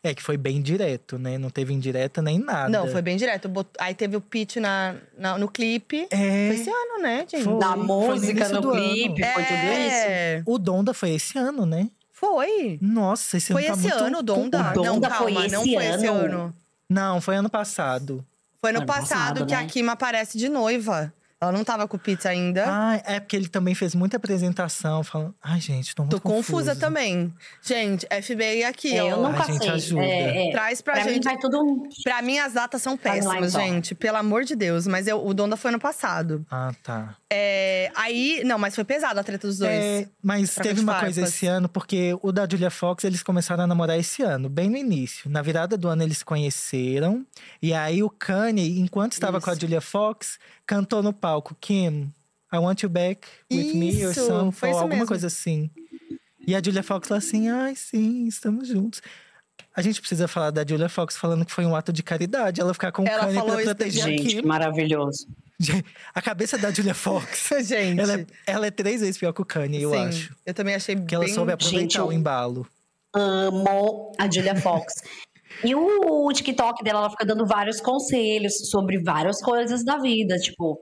Speaker 2: É que foi bem direto, né? Não teve indireta nem nada.
Speaker 1: Não, foi bem direto. Bot- Aí teve o pitch na, na- no clipe.
Speaker 2: É.
Speaker 1: Foi esse ano, né, gente?
Speaker 2: Foi.
Speaker 3: Na
Speaker 2: no
Speaker 3: música,
Speaker 2: início
Speaker 3: no
Speaker 2: do
Speaker 3: clipe, foi tudo isso.
Speaker 1: É,
Speaker 2: O Donda foi esse ano, né?
Speaker 1: Foi.
Speaker 2: Nossa, esse
Speaker 1: Foi
Speaker 2: ano tá
Speaker 1: esse
Speaker 2: muito-
Speaker 1: ano, o Donda.
Speaker 3: O
Speaker 1: não,
Speaker 2: tá
Speaker 3: Donda foi
Speaker 1: calma, não
Speaker 3: esse
Speaker 1: foi esse
Speaker 3: ano.
Speaker 1: ano.
Speaker 2: Não, foi ano passado.
Speaker 1: Foi no
Speaker 3: Ano
Speaker 1: passado,
Speaker 3: passado,
Speaker 1: que
Speaker 3: né?
Speaker 1: a Kima aparece de noiva. Ela não tava com o Pete ainda.
Speaker 2: Ah, é porque ele também fez muita apresentação, falando. Ai, gente, tô muito
Speaker 1: Tô confusa
Speaker 2: confuso."
Speaker 1: também. Gente, FBI aqui,
Speaker 3: É,
Speaker 1: ó.
Speaker 3: eu
Speaker 2: A
Speaker 3: nunca
Speaker 2: gente
Speaker 3: sei.
Speaker 2: ajuda.
Speaker 3: É, é.
Speaker 1: Traz pra,
Speaker 3: Pra mim
Speaker 1: gente.
Speaker 3: vai tudo um
Speaker 1: Pra mim, as datas são
Speaker 3: Vai lá,
Speaker 1: péssimas,
Speaker 3: então.
Speaker 1: gente. Pelo amor de Deus. Mas eu- o Donda foi ano passado.
Speaker 2: Ah, tá.
Speaker 1: É, aí… Não, mas foi pesado a treta dos dois.
Speaker 2: É, mas
Speaker 1: Troca
Speaker 2: teve
Speaker 1: de
Speaker 2: uma coisa
Speaker 1: farpas.
Speaker 2: esse ano, porque o da Julia Fox, eles começaram a namorar esse ano, bem no início. Na virada do ano, eles se conheceram. E aí, o Kanye, enquanto estava com a
Speaker 1: Isso.
Speaker 2: Julia Fox, cantou no palco, Kim, I want you back with me or
Speaker 1: Isso, foi
Speaker 2: something,
Speaker 1: isso
Speaker 2: alguma
Speaker 1: mesmo.
Speaker 2: coisa assim. E a Julia Fox lá assim, ai sim, estamos juntos. A gente precisa falar da Julia Fox falando que foi um ato de caridade, ela ficar com
Speaker 1: Ela
Speaker 2: o Kanye
Speaker 1: falou
Speaker 2: pra
Speaker 1: isso
Speaker 2: proteger a
Speaker 3: Gente,
Speaker 2: Kim.
Speaker 3: maravilhoso.
Speaker 2: A cabeça da Julia Fox,
Speaker 1: gente.
Speaker 2: ela é, ela é três vezes pior que o Kanye, eu
Speaker 1: sim,
Speaker 2: acho.
Speaker 1: Eu também achei
Speaker 2: Que ela
Speaker 1: bem…
Speaker 2: soube aproveitar
Speaker 3: Gente,
Speaker 2: o
Speaker 3: eu-
Speaker 2: embalo.
Speaker 3: Amo a Julia Fox. E o TikTok dela, ela fica dando vários conselhos sobre várias coisas da vida, tipo,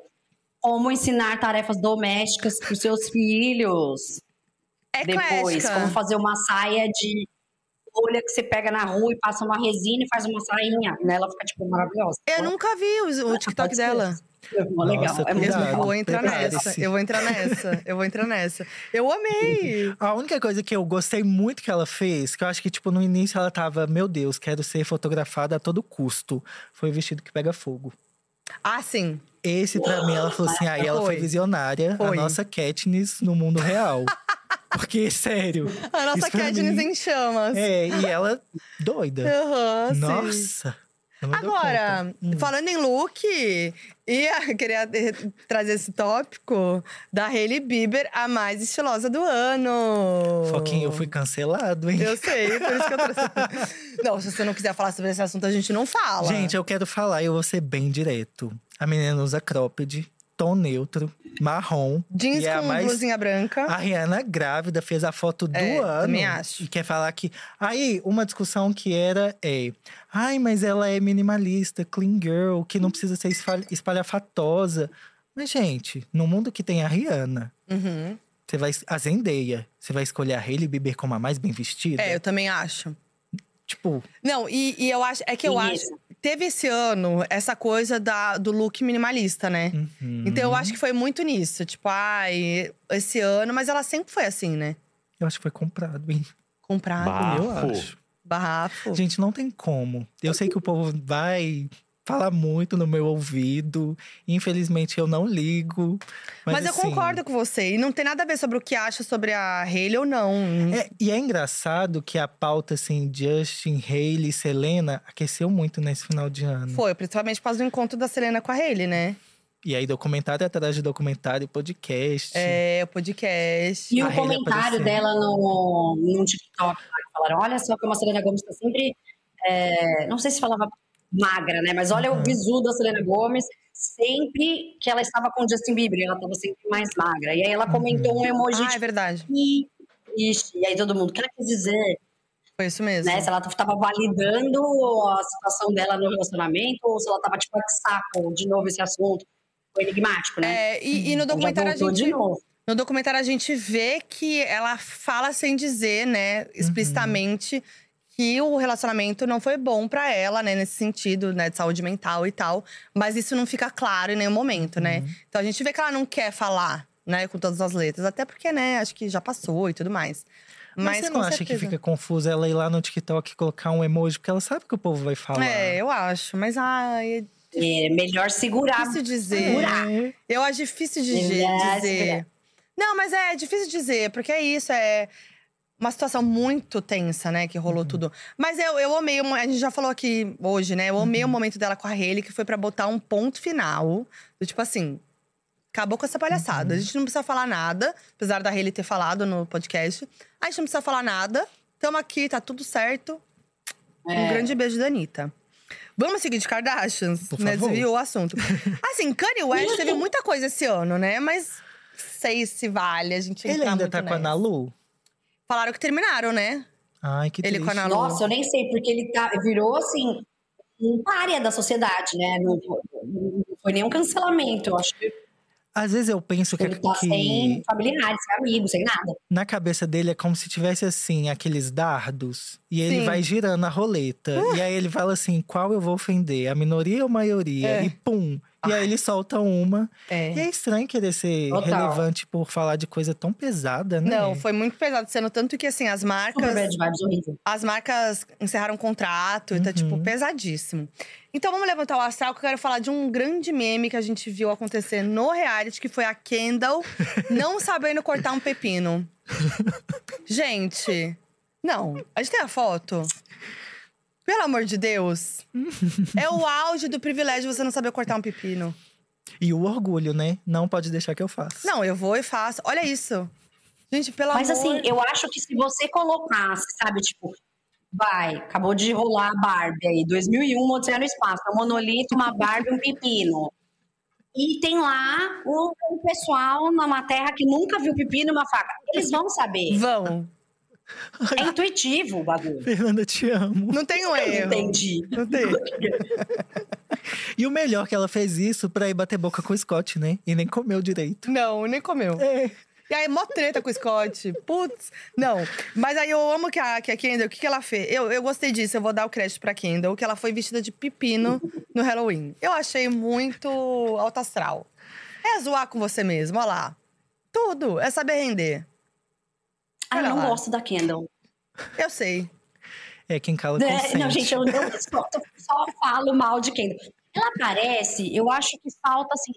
Speaker 3: como ensinar tarefas domésticas para os seus filhos.
Speaker 1: É
Speaker 3: Depois,
Speaker 1: eclética.
Speaker 3: como fazer uma saia de folha que você pega na rua e passa uma resina e faz uma sainha. Né? Ela fica, tipo, maravilhosa.
Speaker 1: Eu nunca vi o, o TikTok
Speaker 3: pode ser.
Speaker 1: dela.
Speaker 3: É mó legal.
Speaker 2: Ah, Nossa,
Speaker 3: é muito
Speaker 2: cuidado.
Speaker 1: Eu
Speaker 3: legal.
Speaker 1: vou entrar nessa.
Speaker 2: Prepare-se.
Speaker 1: Eu vou entrar nessa. Eu vou entrar nessa. Eu amei!
Speaker 2: A única coisa que eu gostei muito que ela fez, que eu acho que, tipo, no início ela tava, meu Deus, quero ser fotografada a todo custo. Foi o vestido que pega fogo.
Speaker 1: Ah, sim.
Speaker 2: Esse, pra mim, ela falou assim: aí ela foi,
Speaker 1: Foi.
Speaker 2: visionária,
Speaker 1: Foi.
Speaker 2: a nossa Katniss no mundo real. Porque, sério.
Speaker 1: A nossa
Speaker 2: Isso pra
Speaker 1: Katniss
Speaker 2: mim-
Speaker 1: em chamas.
Speaker 2: É, e ela doida.
Speaker 1: Aham, sim.
Speaker 2: nossa. eu não dou
Speaker 1: Agora,
Speaker 2: conta. Hum.
Speaker 1: falando em look, e a- eu queria eh, trazer esse tópico da Hailey Bieber, a mais estilosa do ano.
Speaker 2: Foquinha, eu fui cancelado, hein?
Speaker 1: Eu sei, por isso que eu trouxe. não, se você não quiser falar sobre esse assunto, a gente não fala.
Speaker 2: Gente, eu quero falar, eu vou ser bem direto. A menina usa cropped, tom neutro, marrom.
Speaker 1: jeans
Speaker 2: e é a
Speaker 1: com
Speaker 2: mais- Ah.
Speaker 1: blusinha branca.
Speaker 2: A Rihanna grávida fez a foto do
Speaker 1: É,
Speaker 2: ano.
Speaker 1: também acho.
Speaker 2: E quer falar que. Aí, uma discussão que era é. Ai, mas ela é minimalista, clean girl, que não precisa ser esfa- espalhafatosa. Mas, gente, no mundo que tem a Rihanna,
Speaker 1: Uhum.
Speaker 2: você vai. A Zendaya, você vai escolher a Hailey Bieber como a mais bem vestida?
Speaker 1: É, eu também acho.
Speaker 2: Tipo,
Speaker 1: Não, e, e eu acho. É que eu
Speaker 3: Isso.
Speaker 1: acho. Teve esse ano essa coisa da, do look minimalista, né?
Speaker 2: uhum.
Speaker 1: Então eu acho que foi muito nisso. Tipo, ai, esse ano, mas ela sempre foi assim, né?
Speaker 2: Eu acho que foi comprado, hein?
Speaker 1: Comprado,
Speaker 4: Bah.
Speaker 2: Eu
Speaker 4: Bafo.
Speaker 2: acho.
Speaker 1: barrafo.
Speaker 2: Gente, não tem como. Eu sei que o povo vai falar muito no meu ouvido. Infelizmente, eu não ligo.
Speaker 1: mas
Speaker 2: Mas,
Speaker 1: eu
Speaker 2: assim,
Speaker 1: concordo com você. E não tem nada a ver sobre o que acha sobre a Hailey ou não.
Speaker 2: É, e é engraçado que a pauta, assim, Justin, Haley e Selena aqueceu muito nesse final de ano.
Speaker 1: Foi, principalmente por causa do encontro da Selena com a Hailey, né?
Speaker 2: E aí, documentário atrás de documentário, podcast.
Speaker 1: É, o podcast. Ah,
Speaker 3: E
Speaker 2: A é
Speaker 3: o
Speaker 2: Hailey
Speaker 3: comentário
Speaker 2: aparecendo.
Speaker 3: dela no, no TikTok, lá, que falaram, olha só como a Selena Gomes tá sempre, é, não sei se falava magra, né? Mas olha
Speaker 2: Uhum.
Speaker 3: o visu da Selena Gomes, sempre que ela estava com o Justin Bieber, ela estava sempre mais magra. E aí
Speaker 2: Uhum.
Speaker 3: ela comentou um emoji
Speaker 1: Ah, é
Speaker 3: de
Speaker 1: verdade.
Speaker 3: "Ih, ixi", e aí todo mundo, o que ela quis dizer?
Speaker 1: Foi isso mesmo.
Speaker 3: Né? Se ela estava validando a situação dela no relacionamento, ou se ela estava tipo, "Ah, que saco, de novo esse assunto. Foi enigmático, né?
Speaker 1: É, e, e no
Speaker 3: Então já
Speaker 1: documentário a
Speaker 3: voltou
Speaker 1: gente
Speaker 3: de novo.
Speaker 1: No documentário a gente vê que ela fala sem dizer, né, explicitamente que o relacionamento não foi bom pra ela, né, nesse sentido, né, de saúde mental e tal, mas isso não fica claro em nenhum momento, né?
Speaker 2: Uhum.
Speaker 1: Então a gente vê que ela não quer falar, né, com todas as letras, até porque, né, acho que já passou e tudo mais.
Speaker 2: Mas,
Speaker 1: Mas,
Speaker 2: você não
Speaker 1: com
Speaker 2: acha que
Speaker 1: certeza.
Speaker 2: fica confusa ela ir lá no TikTok e colocar um emoji? Porque ela sabe que o povo vai falar.
Speaker 1: É, eu acho, mas ai, é
Speaker 3: É melhor segurar
Speaker 1: difícil dizer.
Speaker 3: Segurar.
Speaker 1: Eu acho difícil de ge-
Speaker 3: Melhor
Speaker 1: dizer.
Speaker 3: esperar.
Speaker 1: Não, mas é difícil dizer, porque é isso, é uma situação muito tensa, né, que rolou tudo. Mas eu, eu amei, o mo- a gente já falou aqui hoje, né, eu amei o momento dela com a Hailey, que foi pra botar um ponto final, do tipo assim, acabou com essa palhaçada. A gente não precisa falar nada, apesar da Hailey ter falado no podcast. A gente não precisa falar nada, tamo aqui, tá tudo certo. Um
Speaker 3: É.
Speaker 1: grande beijo da Anitta. Vamos seguir de Kardashians,
Speaker 2: Por
Speaker 1: né?
Speaker 2: favor.
Speaker 1: Desviou o assunto. Assim, Kanye West teve muita coisa esse ano, né? Mas sei se vale a gente
Speaker 2: Ele
Speaker 1: entrar
Speaker 2: ainda
Speaker 1: muito
Speaker 2: tá com a
Speaker 1: nessa.
Speaker 2: Nalu?
Speaker 1: Falaram que terminaram, né?
Speaker 2: Ai, que
Speaker 1: Ele com a
Speaker 2: triste.
Speaker 1: Ana Lu.
Speaker 3: Nossa, eu nem sei, porque ele tá, virou assim um pária da sociedade, né? Não, não foi nenhum cancelamento. Eu acho que
Speaker 2: Às vezes eu penso que, é
Speaker 3: ele tá
Speaker 2: que
Speaker 3: sem familiares, sem amigos, sem nada.
Speaker 2: na cabeça dele é como se tivesse assim, aqueles dardos. E ele
Speaker 1: Sim.
Speaker 2: vai girando a roleta. E aí ele fala assim: qual eu vou ofender? A minoria ou a maioria?
Speaker 1: É.
Speaker 2: E pum! E aí ele solta uma. E
Speaker 1: É.
Speaker 2: é estranho querer ser
Speaker 3: Total.
Speaker 2: relevante por falar de coisa tão pesada, né?
Speaker 1: Não, foi muito pesado sendo tanto que assim as
Speaker 3: Super
Speaker 1: marcas
Speaker 3: bad é vibes horrível.
Speaker 1: As marcas encerraram contrato, e tá,
Speaker 2: Uhum.
Speaker 1: tipo, pesadíssimo. Então vamos levantar o astral, que eu quero falar de um grande meme que a gente viu acontecer no reality, que foi a Kendall não sabendo cortar um pepino. gente, não. A gente tem a foto? Pelo amor de Deus. é o auge do privilégio você não saber cortar um pepino.
Speaker 2: E o orgulho, né? Não pode deixar que eu faça.
Speaker 1: Não, eu vou e faço. Olha isso. Gente, pelo
Speaker 3: Mas
Speaker 1: amor…
Speaker 3: assim, eu acho que se você colocasse, sabe, tipo, vai, acabou de rolar a Barbie aí, 2001, Odisseia no Espaço, um monolito, uma Barbie, um pepino. E tem lá um, um pessoal numa terra que nunca viu pepino e uma faca. Eles vão saber.
Speaker 1: Vão.
Speaker 3: É intuitivo o bagulho.
Speaker 2: Fernanda, te amo.
Speaker 1: Não tem um
Speaker 3: Eu
Speaker 1: erro.
Speaker 3: entendi.
Speaker 1: Não tem.
Speaker 2: E o melhor que ela fez isso pra ir bater boca com o Scott, né? E nem comeu direito.
Speaker 1: Não, nem comeu.
Speaker 2: É.
Speaker 1: E aí, mó treta com o Scott. Putz, não. Mas aí eu amo que a, que a Kendall, o que, que ela fez? Eu, eu gostei disso, eu vou dar o crédito pra Kendall, que ela foi vestida de pepino no Halloween. Eu achei muito alto astral. É zoar com você mesmo, olha lá. Tudo, é saber render.
Speaker 3: Ah,
Speaker 1: Olha
Speaker 3: eu não
Speaker 1: lá.
Speaker 3: gosto da Kendall.
Speaker 1: Eu sei.
Speaker 2: É quem cala
Speaker 3: É,
Speaker 2: consente.
Speaker 3: não, gente, eu não- só, só falo mal de Kendall. Ela parece, eu acho que falta assim.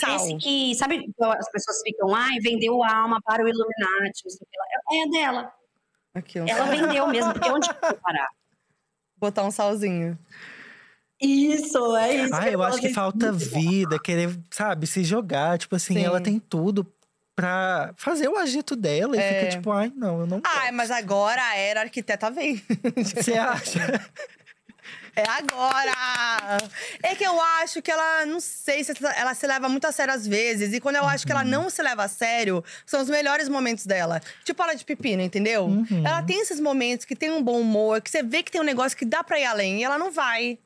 Speaker 3: Parece
Speaker 1: Sal.
Speaker 3: que, sabe, as pessoas ficam, ai, vendeu a alma para o Illuminati. não sei o que lá. É dela.
Speaker 1: Aqui, um
Speaker 3: Ela
Speaker 1: sal.
Speaker 3: vendeu mesmo, porque onde que eu vou parar?
Speaker 1: Botar um salzinho.
Speaker 3: Isso, é isso.
Speaker 2: Ah, eu acho que falta vida, querer, sabe, se jogar. Tipo assim,
Speaker 1: Sim.
Speaker 2: ela tem tudo pra fazer o agito dela e
Speaker 1: É. Ah,
Speaker 2: fica tipo, ai, não, eu não.
Speaker 1: Ai, mas agora a era arquiteta vem.
Speaker 2: Você acha?
Speaker 1: É agora! É que eu acho que ela, não sei se ela se leva muito a sério às vezes. E quando eu acho que
Speaker 2: Uhum.
Speaker 1: ela não se leva a sério, são os melhores momentos dela. Tipo ela de pepino, entendeu?
Speaker 2: Uhum.
Speaker 1: Ela tem esses momentos que tem um bom humor, que você vê que tem um negócio que dá pra ir além e ela não vai.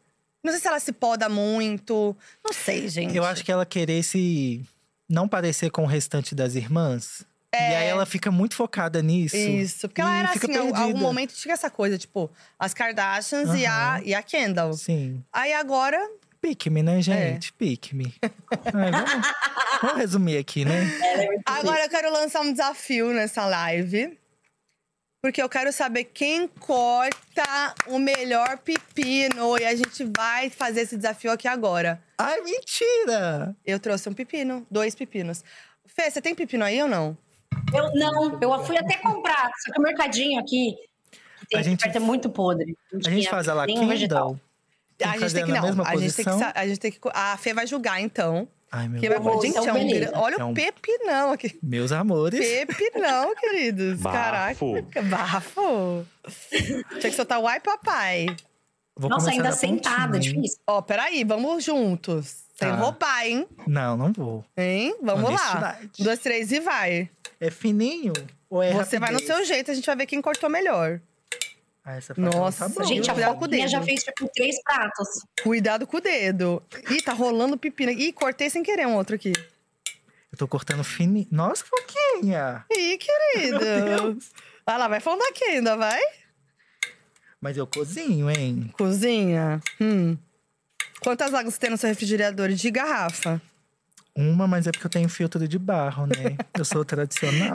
Speaker 1: Não sei se ela se poda muito. Não sei, gente.
Speaker 2: Eu acho que ela querer se não parecer com o restante das irmãs. E aí ela fica muito focada nisso.
Speaker 1: É. Isso, porque ela
Speaker 2: e
Speaker 1: era
Speaker 2: fica
Speaker 1: assim, em algum
Speaker 2: perdida.
Speaker 1: momento tinha essa coisa, tipo, as Kardashians e, a, e a Kendall.
Speaker 2: Sim.
Speaker 1: Aí agora,
Speaker 2: Pikmin,
Speaker 1: É.
Speaker 2: né, gente? Pikmin. Ai, vamos, vamos resumir aqui, né?
Speaker 3: é
Speaker 1: Agora eu quero lançar um desafio nessa live. Porque eu quero saber quem corta o melhor pepino. E a gente vai fazer esse desafio aqui agora.
Speaker 2: Ai, mentira!
Speaker 1: Eu trouxe um pepino, dois pepinos. Fê, você tem pepino aí ou não?
Speaker 3: Eu não, eu fui até comprar, só que o mercadinho aqui tem,
Speaker 2: A gente-
Speaker 3: vai ter muito podre. Não
Speaker 2: A gente
Speaker 3: tinha
Speaker 2: faz a
Speaker 3: nenhum vegetal.
Speaker 2: Kindle. Tem
Speaker 1: a
Speaker 2: que
Speaker 1: gente
Speaker 2: fazer
Speaker 1: tem que
Speaker 2: na
Speaker 1: não.
Speaker 2: mesma
Speaker 1: a, gente tem que,
Speaker 2: posição?
Speaker 1: sa- a gente tem que. co- A Fê vai julgar, então.
Speaker 2: Ai, meu
Speaker 1: Quem vai
Speaker 2: Deus.
Speaker 1: falar,
Speaker 3: Então,
Speaker 1: gente, é um
Speaker 3: beleza.
Speaker 1: gran- Olha
Speaker 2: É
Speaker 1: o
Speaker 2: um-
Speaker 1: pepinão aqui.
Speaker 2: Meus amores.
Speaker 1: Pepinão, queridos. Caraca.
Speaker 4: Bafo.
Speaker 1: Bafo. Tinha que soltar o ai, papai.
Speaker 2: Vou
Speaker 3: Nossa,
Speaker 2: começar
Speaker 3: ainda
Speaker 2: da pontinha,
Speaker 3: sentada,
Speaker 2: hein?
Speaker 3: difícil.
Speaker 1: Ó, peraí, vamos juntos. Sem
Speaker 2: Tá.
Speaker 1: roubar, hein?
Speaker 2: Não, não vou.
Speaker 1: Hein? Vamos lá.
Speaker 2: Honestidade.
Speaker 1: Um, Dois, três e vai.
Speaker 2: É fininho ou é
Speaker 1: Você vai no
Speaker 2: rapidez?
Speaker 1: seu jeito, a gente vai ver quem cortou melhor.
Speaker 2: Ah, essa faca não
Speaker 1: Nossa,
Speaker 2: tá boa.
Speaker 3: gente, a
Speaker 1: Cuidado com o
Speaker 3: Foquinha
Speaker 1: dedo.
Speaker 3: já fez tipo três pratos.
Speaker 1: Cuidado com o dedo. Ih, tá rolando pepino. Ih, cortei sem querer um outro aqui.
Speaker 2: Eu tô cortando fininho. Nossa, Foquinha!
Speaker 1: Ih, querido.
Speaker 2: Meu Deus.
Speaker 1: Vai lá, vai falando aqui ainda, vai.
Speaker 2: Mas eu cozinho, hein?
Speaker 1: Cozinha. Hum. Quantas águas tem no seu refrigerador de garrafa?
Speaker 2: Uma, mas é porque eu tenho filtro de barro, né? Eu sou tradicional.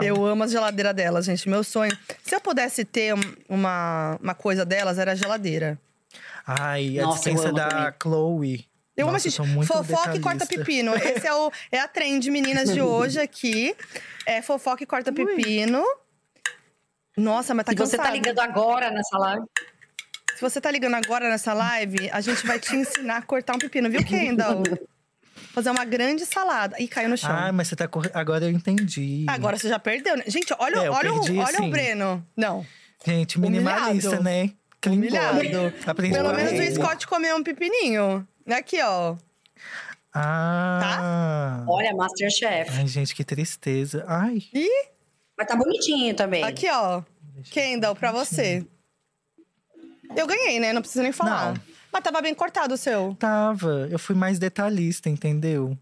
Speaker 1: Eu amo a geladeira dela, gente. Meu sonho. Se eu pudesse ter um- uma, uma coisa delas, era a geladeira.
Speaker 2: Ai, a
Speaker 3: Nossa, eu
Speaker 2: dispensa
Speaker 3: amo
Speaker 2: da
Speaker 3: também.
Speaker 2: Chloe.
Speaker 1: Eu amo
Speaker 2: Nossa,
Speaker 1: assistir.
Speaker 2: sou muito
Speaker 1: Fofoca e corta
Speaker 2: detalhista.
Speaker 1: pepino. Esse é, o, é a trend, meninas, de hoje aqui. É fofoca e corta pepino. Nossa, mas tá
Speaker 3: Se você tá
Speaker 1: cansada.
Speaker 3: ligando agora nessa live,
Speaker 1: Se você tá ligando agora nessa live, a gente vai te ensinar a cortar um pepino, viu, Kendall? Fazer uma grande salada. Ih, caiu no chão.
Speaker 2: Ai, mas você tá correndo. Agora eu entendi.
Speaker 1: agora você já perdeu, né? Gente, olha, o-
Speaker 2: É, eu
Speaker 1: olha,
Speaker 2: perdi,
Speaker 1: o, olha o
Speaker 2: assim.
Speaker 1: Breno. Não,
Speaker 2: Gente, minimalista,
Speaker 1: Humilhado.
Speaker 2: né? Clean
Speaker 1: Humilhado.
Speaker 2: boy. A principal
Speaker 1: pelo menos o
Speaker 2: regra.
Speaker 1: Scott comeu um pepininho. Aqui, ó.
Speaker 2: Ah.
Speaker 1: tá?
Speaker 3: olha, Masterchef.
Speaker 2: Ai, gente, que tristeza. Ai.
Speaker 3: Mas tá bonitinho também.
Speaker 1: Aqui, ó. Kendall, pra você. Eu ganhei, né? Não preciso nem falar.
Speaker 2: Não.
Speaker 1: Mas tava bem cortado o seu.
Speaker 2: Tava. Eu fui mais detalhista, entendeu?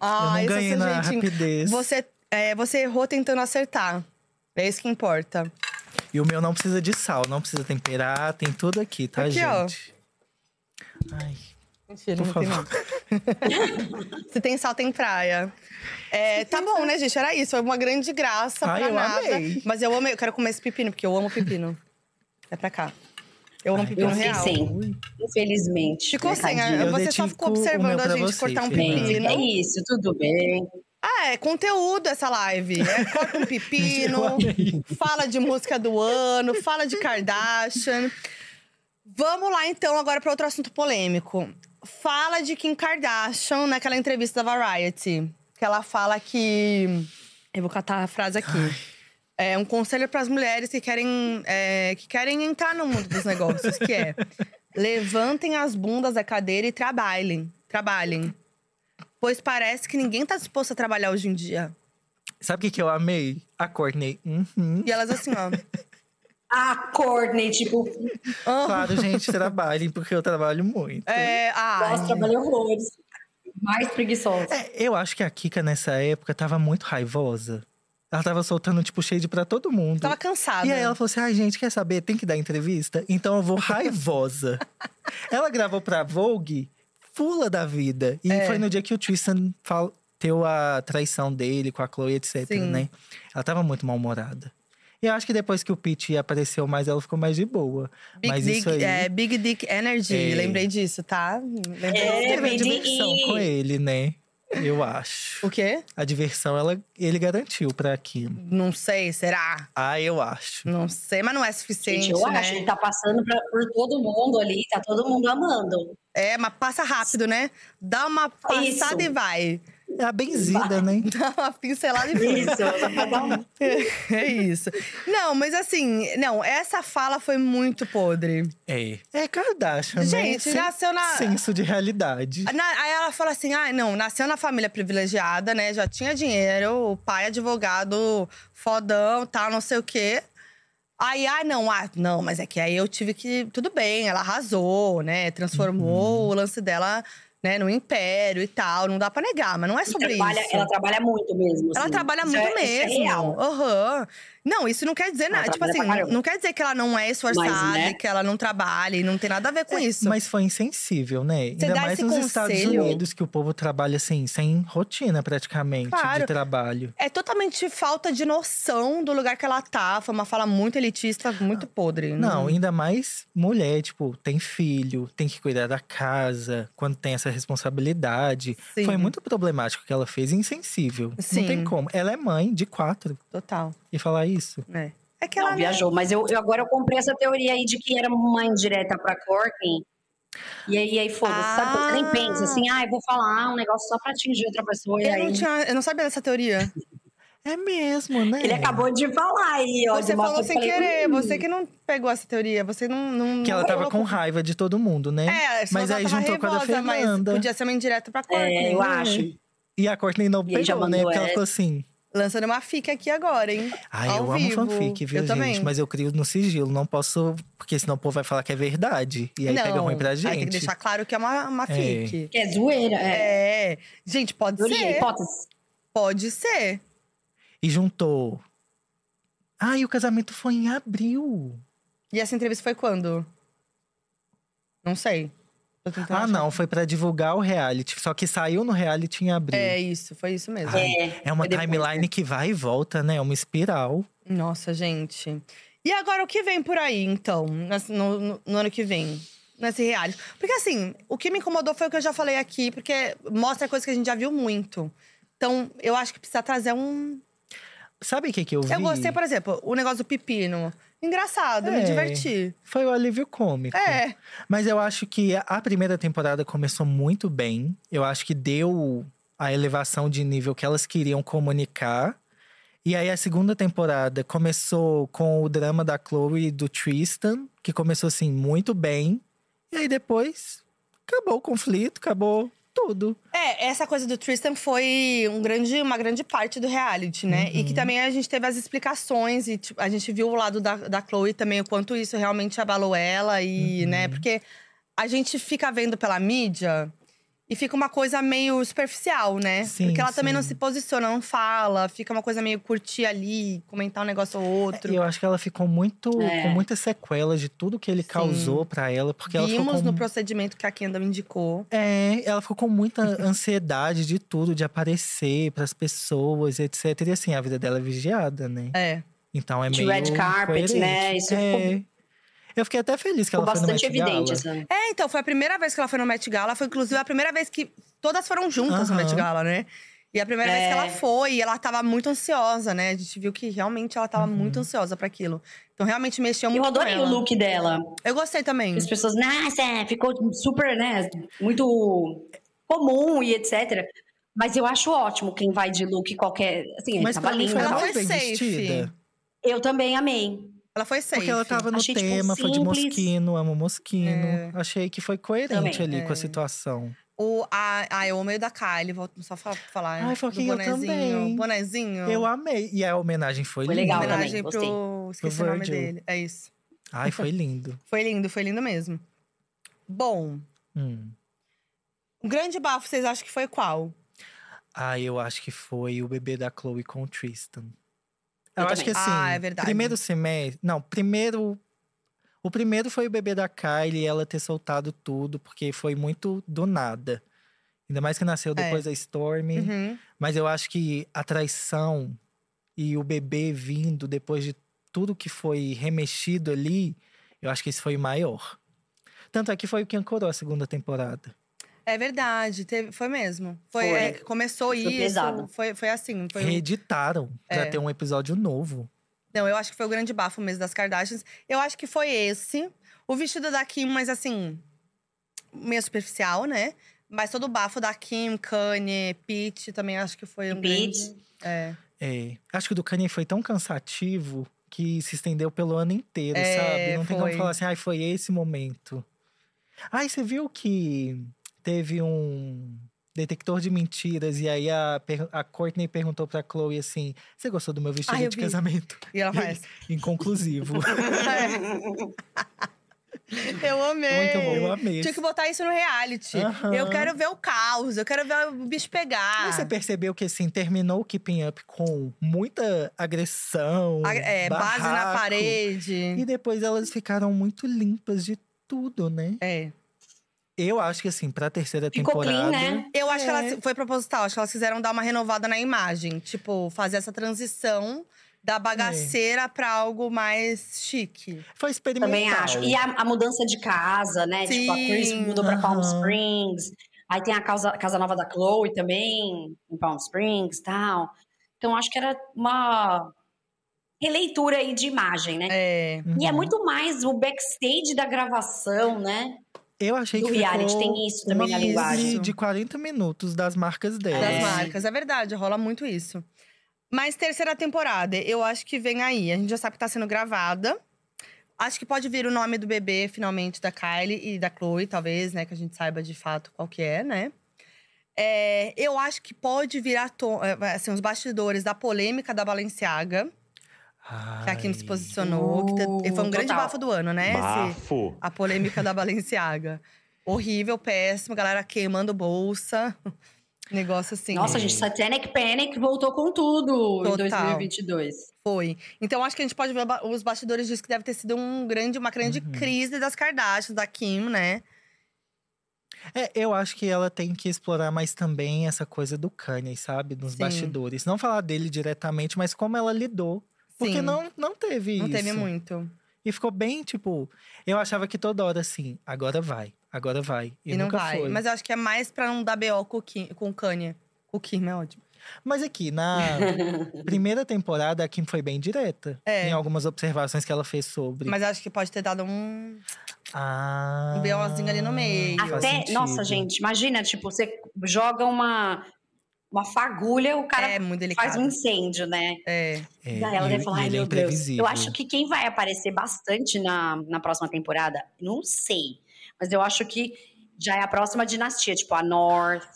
Speaker 1: Ah,
Speaker 2: eu
Speaker 1: esse é
Speaker 2: não ganhei
Speaker 1: seu
Speaker 2: na
Speaker 1: jeitinho.
Speaker 2: rapidez.
Speaker 1: Você, é, você errou tentando acertar. É isso que importa.
Speaker 2: E o meu não precisa de sal, não precisa temperar, tem tudo aqui, tá,
Speaker 1: Aqui, ó.
Speaker 2: gente? Ai,
Speaker 1: Mentira, não
Speaker 2: por
Speaker 1: tem
Speaker 2: favor.
Speaker 1: não. Se tem sal, tem praia. É, tá bom, né, gente? Era isso. Foi uma grande graça
Speaker 2: Ai,
Speaker 1: pra
Speaker 2: eu
Speaker 1: nada.
Speaker 2: amei.
Speaker 1: Mas eu amo, eu quero comer esse pepino, porque eu amo pepino. É pra cá. Eu amo
Speaker 2: Ai,
Speaker 1: pepino
Speaker 3: eu fiquei
Speaker 1: real.
Speaker 3: sem. Infelizmente.
Speaker 1: Ficou sem,
Speaker 3: tadinho.
Speaker 1: né?
Speaker 2: Eu
Speaker 1: você só
Speaker 2: dedico
Speaker 1: ficou
Speaker 2: o meu
Speaker 1: observando a
Speaker 2: pra
Speaker 1: gente
Speaker 2: você,
Speaker 1: cortar um
Speaker 2: Fernanda.
Speaker 3: Bem,
Speaker 1: pepino.
Speaker 3: é isso, tudo bem.
Speaker 1: Ah, é conteúdo essa live. É corta um pepino,
Speaker 2: Eu amei.
Speaker 1: fala de música do ano, fala de Kardashian. Vamos lá então agora para outro assunto polêmico. Fala de Kim Kardashian naquela entrevista da Variety, que ela fala que eu vou catar a frase aqui. É um conselho para as mulheres que querem é, que querem entrar no mundo dos negócios, que é levantem as bundas da cadeira e trabalhem, trabalhem. Pois parece que ninguém tá disposto a trabalhar hoje em dia.
Speaker 2: Sabe o que, que eu amei? A Courtney. Uhum.
Speaker 1: E elas assim, ó.
Speaker 3: A Courtney, tipo,
Speaker 1: "Ah,
Speaker 2: Claro, gente, trabalhem, porque eu trabalho muito.
Speaker 1: é, ah,
Speaker 3: nossa, trabalhou horrores. Mais preguiçosa.
Speaker 2: É, eu acho que a Kika nessa época tava muito raivosa. Ela tava soltando, tipo, shade pra todo mundo.
Speaker 1: tava cansada.
Speaker 2: E aí ela falou assim: ai, gente, quer saber? Tem que dar entrevista? Então eu vou raivosa. ela gravou pra Vogue, fula da vida. E
Speaker 1: É.
Speaker 2: foi no dia que o Tristan fal- teu a traição dele com a Chloe, etc,
Speaker 1: Sim.
Speaker 2: né? Ela tava muito mal-humorada. E eu acho que depois que o Pete apareceu mais, ela ficou mais de boa.
Speaker 1: Big
Speaker 2: Mas
Speaker 1: Dick,
Speaker 2: isso aí…
Speaker 1: é, Big Dick Energy,
Speaker 2: É.
Speaker 1: lembrei disso, tá? Lembrei.
Speaker 2: Ela
Speaker 3: É,
Speaker 2: teve a
Speaker 3: Big Dick.
Speaker 2: diversão com ele, né? Eu acho.
Speaker 1: O quê?
Speaker 2: A diversão, ela, ele garantiu pra Kim.
Speaker 1: Não sei, será?
Speaker 2: Ah, eu acho.
Speaker 1: Não sei, mas não é suficiente,
Speaker 3: Gente, eu
Speaker 1: né?
Speaker 3: acho, ele tá passando pra- por todo mundo ali, tá todo mundo amando.
Speaker 1: É, mas passa rápido, né? Dá uma passada
Speaker 3: Isso.
Speaker 1: e vai.
Speaker 2: É a benzida, né?
Speaker 1: Dá uma pincelada e vai.
Speaker 3: Isso, só pra dar um-
Speaker 1: é isso. Não, mas assim, não, essa fala foi muito podre.
Speaker 2: É. É Kardashian, né?
Speaker 1: Gente,
Speaker 2: Sem
Speaker 1: nasceu na-
Speaker 2: Senso de realidade.
Speaker 1: Na- aí ela fala assim: ah, não, nasceu na família privilegiada, né? Já tinha dinheiro, o pai é advogado fodão, tal, não sei o quê. Aí, ah, não, ah, não, mas é que aí eu tive que. Tudo bem, ela arrasou, né?
Speaker 3: Uhum.
Speaker 1: Transformou o lance dela, né, no império e tal. Não dá pra negar, mas não é
Speaker 3: e
Speaker 1: sobre
Speaker 3: trabalha-
Speaker 1: isso.
Speaker 3: Ela trabalha muito mesmo.
Speaker 1: Ela
Speaker 3: assim.
Speaker 1: trabalha
Speaker 3: Isso
Speaker 1: muito
Speaker 3: é- isso é
Speaker 1: mesmo.
Speaker 3: real.
Speaker 1: Aham. Não, isso não quer dizer
Speaker 3: Ela
Speaker 1: nada. Tipo
Speaker 3: trabalha
Speaker 1: assim,
Speaker 3: pra
Speaker 1: não,
Speaker 3: caramba.
Speaker 1: não quer dizer que ela não é esforçada,
Speaker 3: né? É,
Speaker 1: e que ela não trabalha, e não tem nada a ver com isso.
Speaker 2: É, Mas foi insensível, né? Ainda
Speaker 1: dá
Speaker 2: mais
Speaker 1: esse
Speaker 2: nos Estados
Speaker 1: conselho?
Speaker 2: Unidos, que o povo trabalha assim, sem rotina praticamente
Speaker 1: Claro.
Speaker 2: de trabalho.
Speaker 1: É totalmente falta de noção do lugar que ela tá. Foi uma fala muito elitista, muito podre.
Speaker 2: Não, ainda mais mulher, tipo, tem filho, tem que cuidar da casa, quando tem essa responsabilidade.
Speaker 1: Sim.
Speaker 2: Foi muito problemático o que ela fez, e insensível.
Speaker 1: Sim.
Speaker 2: Não tem como. Ela é mãe de quatro,
Speaker 1: Total.
Speaker 2: e falar isso.
Speaker 1: É, é que
Speaker 3: Não,
Speaker 1: ela. né?
Speaker 3: viajou. Mas eu, eu- agora eu comprei essa teoria aí de que era uma indireta pra Courtney. E aí, aí foda-se, sabe? Você nem
Speaker 1: Ah.
Speaker 3: pensa assim, ah, eu vou falar um negócio só pra atingir outra pessoa. E
Speaker 1: Eu
Speaker 3: aí,
Speaker 1: não, tinha, eu não sabia dessa teoria.
Speaker 2: É mesmo, né?
Speaker 3: ele acabou de falar aí, ó. de
Speaker 1: Você
Speaker 3: uma
Speaker 1: falou
Speaker 3: coisa,
Speaker 1: sem
Speaker 3: eu falei,
Speaker 1: querer,
Speaker 3: "Hum".
Speaker 1: você que não pegou essa teoria. Você não. não
Speaker 2: Que ela
Speaker 1: não
Speaker 2: tava com
Speaker 1: colocou-
Speaker 2: raiva de todo mundo, né?
Speaker 1: É, senão
Speaker 2: Mas
Speaker 1: ela
Speaker 2: aí
Speaker 1: tava
Speaker 2: juntou com a da
Speaker 1: raivosa, mas
Speaker 2: Fernanda.
Speaker 1: Podia ser uma indireta pra Courtney.
Speaker 3: É, eu
Speaker 1: né?
Speaker 3: acho.
Speaker 2: E a Courtney não
Speaker 3: E aí já
Speaker 2: pegou, né?
Speaker 3: mandou
Speaker 2: Porque ela
Speaker 3: essa.
Speaker 2: ficou assim.
Speaker 1: Lançando uma fic aqui agora, hein?
Speaker 2: Ai,
Speaker 1: Ao
Speaker 2: eu
Speaker 1: vivo.
Speaker 2: amo fanfic, viu,
Speaker 1: Eu
Speaker 2: gente?
Speaker 1: também.
Speaker 2: Mas eu crio no sigilo, não posso. Porque senão o povo vai falar que é verdade. E aí
Speaker 1: não,
Speaker 2: pega ruim pra
Speaker 1: aí
Speaker 2: gente.
Speaker 1: Tem que deixar claro que é uma, uma
Speaker 2: É.
Speaker 1: fic.
Speaker 3: Que é zoeira, é.
Speaker 1: É. Gente, pode
Speaker 3: Teoria,
Speaker 1: ser.
Speaker 3: hipótese.
Speaker 1: Pode ser.
Speaker 2: E juntou. Ai, o casamento foi em abril.
Speaker 1: E essa entrevista foi quando? Não sei. Tô tentando
Speaker 2: ah,
Speaker 1: achar.
Speaker 2: não, foi pra divulgar o reality. Só que saiu no reality em abril.
Speaker 1: É isso, foi isso mesmo.
Speaker 2: Ai,
Speaker 3: É,
Speaker 2: é uma
Speaker 3: foi depois,
Speaker 2: timeline
Speaker 1: né?
Speaker 2: que vai e volta, né? É uma espiral.
Speaker 1: Nossa, gente. E agora, o que vem por aí, então, nas- no, no- no ano que vem? Nesse reality. Porque, assim, o que me incomodou foi o que eu já falei aqui, porque mostra coisa que a gente já viu muito. Então, eu acho que precisa trazer um.
Speaker 2: Sabe o que, que eu vi?
Speaker 1: Eu gostei, por exemplo, o negócio do pepino. Engraçado,
Speaker 2: É.
Speaker 1: me diverti.
Speaker 2: Foi o alívio cômico.
Speaker 1: É.
Speaker 2: Mas eu acho que a primeira temporada começou muito bem. Eu acho que deu a elevação de nível que elas queriam comunicar. E aí a segunda temporada começou com o drama da Chloe e do Tristan, que começou assim muito bem. E aí depois acabou o conflito, acabou tudo.
Speaker 1: É, essa coisa do Tristan foi um grande, uma grande parte do reality, né? E
Speaker 2: Uhum.
Speaker 1: que também a gente teve as explicações e tipo, a gente viu o lado da, da Chloe também, o quanto isso realmente abalou ela
Speaker 2: Uhum.
Speaker 1: e, né? Porque a gente fica vendo pela mídia e fica uma coisa meio superficial, né?
Speaker 2: Sim,
Speaker 1: Porque ela também
Speaker 2: sim.
Speaker 1: não se posiciona, não fala, fica uma coisa meio curtir ali, comentar um negócio ou outro.
Speaker 2: E eu acho que ela ficou muito
Speaker 3: É.
Speaker 2: com muitas sequelas de tudo que ele causou pra ela, porque ela
Speaker 1: Vimos
Speaker 2: ficou com
Speaker 1: no procedimento que a Kendall indicou.
Speaker 2: É, ela ficou com muita ansiedade de tudo, de aparecer pras pessoas, etc. E assim, a vida dela é vigiada, né?
Speaker 1: É.
Speaker 2: Então é
Speaker 3: De
Speaker 2: meio.
Speaker 3: red carpet, né?
Speaker 2: coerente.
Speaker 3: Isso
Speaker 2: é. Eu fiquei até feliz que
Speaker 3: Ficou
Speaker 2: ela foi no
Speaker 3: bastante
Speaker 2: Met Gala.
Speaker 3: evidente assim, essa.
Speaker 1: É, então, foi a primeira vez que ela foi no Met Gala. Foi, inclusive, a primeira vez que… Todas foram juntas no
Speaker 2: Aham.
Speaker 1: Met Gala, né? E a primeira vez que
Speaker 3: É.
Speaker 1: ela foi, e ela tava muito ansiosa, né? A gente viu que realmente ela tava muito
Speaker 2: Uhum.
Speaker 1: ansiosa pra aquilo. Então, realmente mexeu
Speaker 3: Eu
Speaker 1: muito com
Speaker 3: adorei o
Speaker 1: ela.
Speaker 3: look dela.
Speaker 1: Eu gostei também.
Speaker 2: Hum.
Speaker 3: As pessoas, nossa, ficou super, né? Muito comum e etc. Mas eu acho ótimo quem vai de look qualquer. Assim,
Speaker 2: Mas
Speaker 3: tava
Speaker 2: pra mim
Speaker 3: linda.
Speaker 2: foi
Speaker 1: Ela
Speaker 2: ela
Speaker 1: foi
Speaker 2: foi bem
Speaker 1: safe.
Speaker 2: vestida.
Speaker 3: Eu também amei.
Speaker 1: Ela foi safe.
Speaker 2: Porque ela tava no
Speaker 3: Achei, tipo,
Speaker 2: tema, foi de
Speaker 3: simples. É.
Speaker 2: mosquino, amo mosquino. Achei que foi coerente
Speaker 3: Também. É.
Speaker 2: ali com a situação.
Speaker 1: O, a, ah, eu amei o da Kylie, vou só fa- falar.
Speaker 2: Ai, foi
Speaker 1: do
Speaker 2: que eu
Speaker 1: bonezinho.
Speaker 2: também.
Speaker 1: Bonezinho.
Speaker 2: Eu amei. E a homenagem foi,
Speaker 3: Então Foi
Speaker 2: linda.
Speaker 3: legal né? também.
Speaker 1: Homenagem
Speaker 3: gostei.
Speaker 1: pro… Esqueci o nome
Speaker 2: Virgil.
Speaker 1: dele. É isso.
Speaker 2: Ai, foi lindo.
Speaker 1: Foi lindo, foi lindo mesmo. Bom,
Speaker 2: Hum.
Speaker 1: o grande bafo, vocês acham que foi qual?
Speaker 2: Ah, eu acho que foi o bebê da Chloe com o Tristan.
Speaker 3: Eu
Speaker 2: Eu, acho que
Speaker 3: também.
Speaker 2: assim,
Speaker 1: Ah, é verdade.
Speaker 2: primeiro semestre. Não, primeiro. O primeiro foi o bebê da Kylie e ela ter soltado tudo, porque foi muito do nada. Ainda mais que nasceu depois da Storm.
Speaker 1: É. Uhum.
Speaker 2: Mas eu acho que a traição e o bebê vindo depois de tudo que foi remexido ali, eu acho que isso foi o maior. Tanto é que foi o que ancorou a segunda temporada.
Speaker 1: É verdade, teve- foi mesmo. Foi,
Speaker 3: Foi.
Speaker 1: é, que começou
Speaker 3: Foi
Speaker 1: isso.
Speaker 3: pesado.
Speaker 1: Foi, foi assim. Foi, É.
Speaker 2: Reeditaram pra ter um episódio novo.
Speaker 1: Não, eu acho que foi o grande bafo mesmo das Kardashians. Eu acho que foi esse. O vestido da Kim, mas assim, meio superficial, né? Mas todo o bafo da Kim, Kanye, Pitt, também acho que foi um
Speaker 3: Pitt.
Speaker 1: grande… É.
Speaker 2: É, acho que o do Kanye foi tão cansativo que se estendeu pelo ano inteiro,
Speaker 1: É,
Speaker 2: sabe? Não tem
Speaker 1: foi.
Speaker 2: como falar assim, ai, foi esse momento. Ai, você viu que teve um detector de mentiras e aí a, per- a Courtney perguntou pra Chloe assim: Você gostou do meu vestido
Speaker 1: Ai, eu
Speaker 2: de
Speaker 1: vi.
Speaker 2: casamento?
Speaker 1: E ela faz…
Speaker 2: Inconclusivo.
Speaker 1: eu amei!
Speaker 2: Muito bom, eu amei.
Speaker 1: É. Tinha que botar isso no reality.
Speaker 2: Aham.
Speaker 1: Eu quero ver o caos, eu quero ver o bicho pegar.
Speaker 2: Mas você percebeu que assim, terminou o Keeping Up com muita agressão.
Speaker 1: A- é, base na
Speaker 2: barraco.
Speaker 1: parede.
Speaker 2: E depois elas ficaram muito limpas de tudo, né?
Speaker 1: É.
Speaker 2: Eu acho que assim, pra terceira
Speaker 3: Ficou
Speaker 2: temporada.
Speaker 3: clean, né?
Speaker 1: Eu acho que
Speaker 2: É.
Speaker 1: ela foi proposital, acho que elas quiseram dar uma renovada na imagem. Tipo, fazer essa transição da bagaceira pra algo mais chique.
Speaker 2: Foi experimental.
Speaker 3: Também acho. E a, a mudança de casa, né? Tipo, a Chris
Speaker 1: Sim,
Speaker 3: mudou pra Palm
Speaker 2: aham.
Speaker 3: Springs. Aí tem a casa, casa nova da Chloe também, em Palm Springs e tal. Então, acho que era uma releitura aí de imagem, né?
Speaker 1: É.
Speaker 2: Uhum.
Speaker 3: E é muito mais o backstage da gravação, né?
Speaker 2: Eu achei
Speaker 3: do
Speaker 2: que
Speaker 3: reality.
Speaker 2: ficou
Speaker 3: Tem isso também
Speaker 2: uma
Speaker 3: na
Speaker 1: isso.
Speaker 3: linguagem.
Speaker 2: publi de 40 minutos das marcas dela.
Speaker 1: Das
Speaker 3: É.
Speaker 1: marcas, é verdade, rola muito isso. Mas terceira temporada, eu acho que vem aí. A gente já sabe que tá sendo gravada. Acho que pode vir o nome do bebê, finalmente, da Kylie e da Chloe, talvez, né? Que a gente saiba de fato qual que é, né? É, eu acho que pode virar to- eh, assim, os bastidores da polêmica da Balenciaga. que
Speaker 3: Tá
Speaker 1: a Kim se
Speaker 2: Ai.
Speaker 1: posicionou. que te-
Speaker 3: Uh,
Speaker 1: foi um grande
Speaker 3: total.
Speaker 1: bafo do ano, né? Esse-
Speaker 4: Bafo.
Speaker 1: a polêmica da Balenciaga. Horrível, péssimo, galera queimando bolsa. Negócio assim.
Speaker 3: Nossa, gente, Satanic Panic voltou com tudo
Speaker 1: Total.
Speaker 3: em 2022.
Speaker 1: Foi. Então acho que a gente pode ver ba- os bastidores disso que deve ter sido um grande, uma grande
Speaker 2: Uhum.
Speaker 1: crise das Kardashians, da Kim, né?
Speaker 2: É, eu acho que ela tem que explorar mais também essa coisa do Kanye, sabe? Nos
Speaker 1: Sim.
Speaker 2: bastidores. Não falar dele diretamente, mas como ela lidou. Porque
Speaker 1: Sim.
Speaker 2: não, não teve
Speaker 1: Não
Speaker 2: isso.
Speaker 1: teve muito.
Speaker 2: E ficou bem, tipo… Eu achava que toda hora assim, agora vai, agora vai. E,
Speaker 1: E, não
Speaker 2: nunca
Speaker 1: vai.
Speaker 2: foi.
Speaker 1: Mas eu acho que é mais pra não dar BO com o, Kim, com o Kanye. Com o Kim é ótimo.
Speaker 2: Mas aqui, na primeira temporada, a Kim foi bem direta.
Speaker 1: É.
Speaker 2: Em algumas observações que ela fez sobre.
Speaker 1: Mas eu acho que pode ter dado um.
Speaker 2: Ah,
Speaker 1: um BOzinho ali no meio.
Speaker 2: faz
Speaker 3: Até,
Speaker 2: sentido.
Speaker 3: nossa, gente, imagina, tipo, você joga uma, uma fagulha, o cara
Speaker 1: é muito delicado.
Speaker 3: faz um incêndio, né?
Speaker 1: É.
Speaker 2: É,
Speaker 3: Daí ela
Speaker 2: e-
Speaker 3: deve falar,
Speaker 2: e
Speaker 3: ai
Speaker 2: ele é
Speaker 3: meu Deus.
Speaker 2: imprevisível.
Speaker 3: Eu acho que quem vai aparecer bastante na, na próxima temporada, não sei. Mas eu acho que já é a próxima dinastia, tipo a North.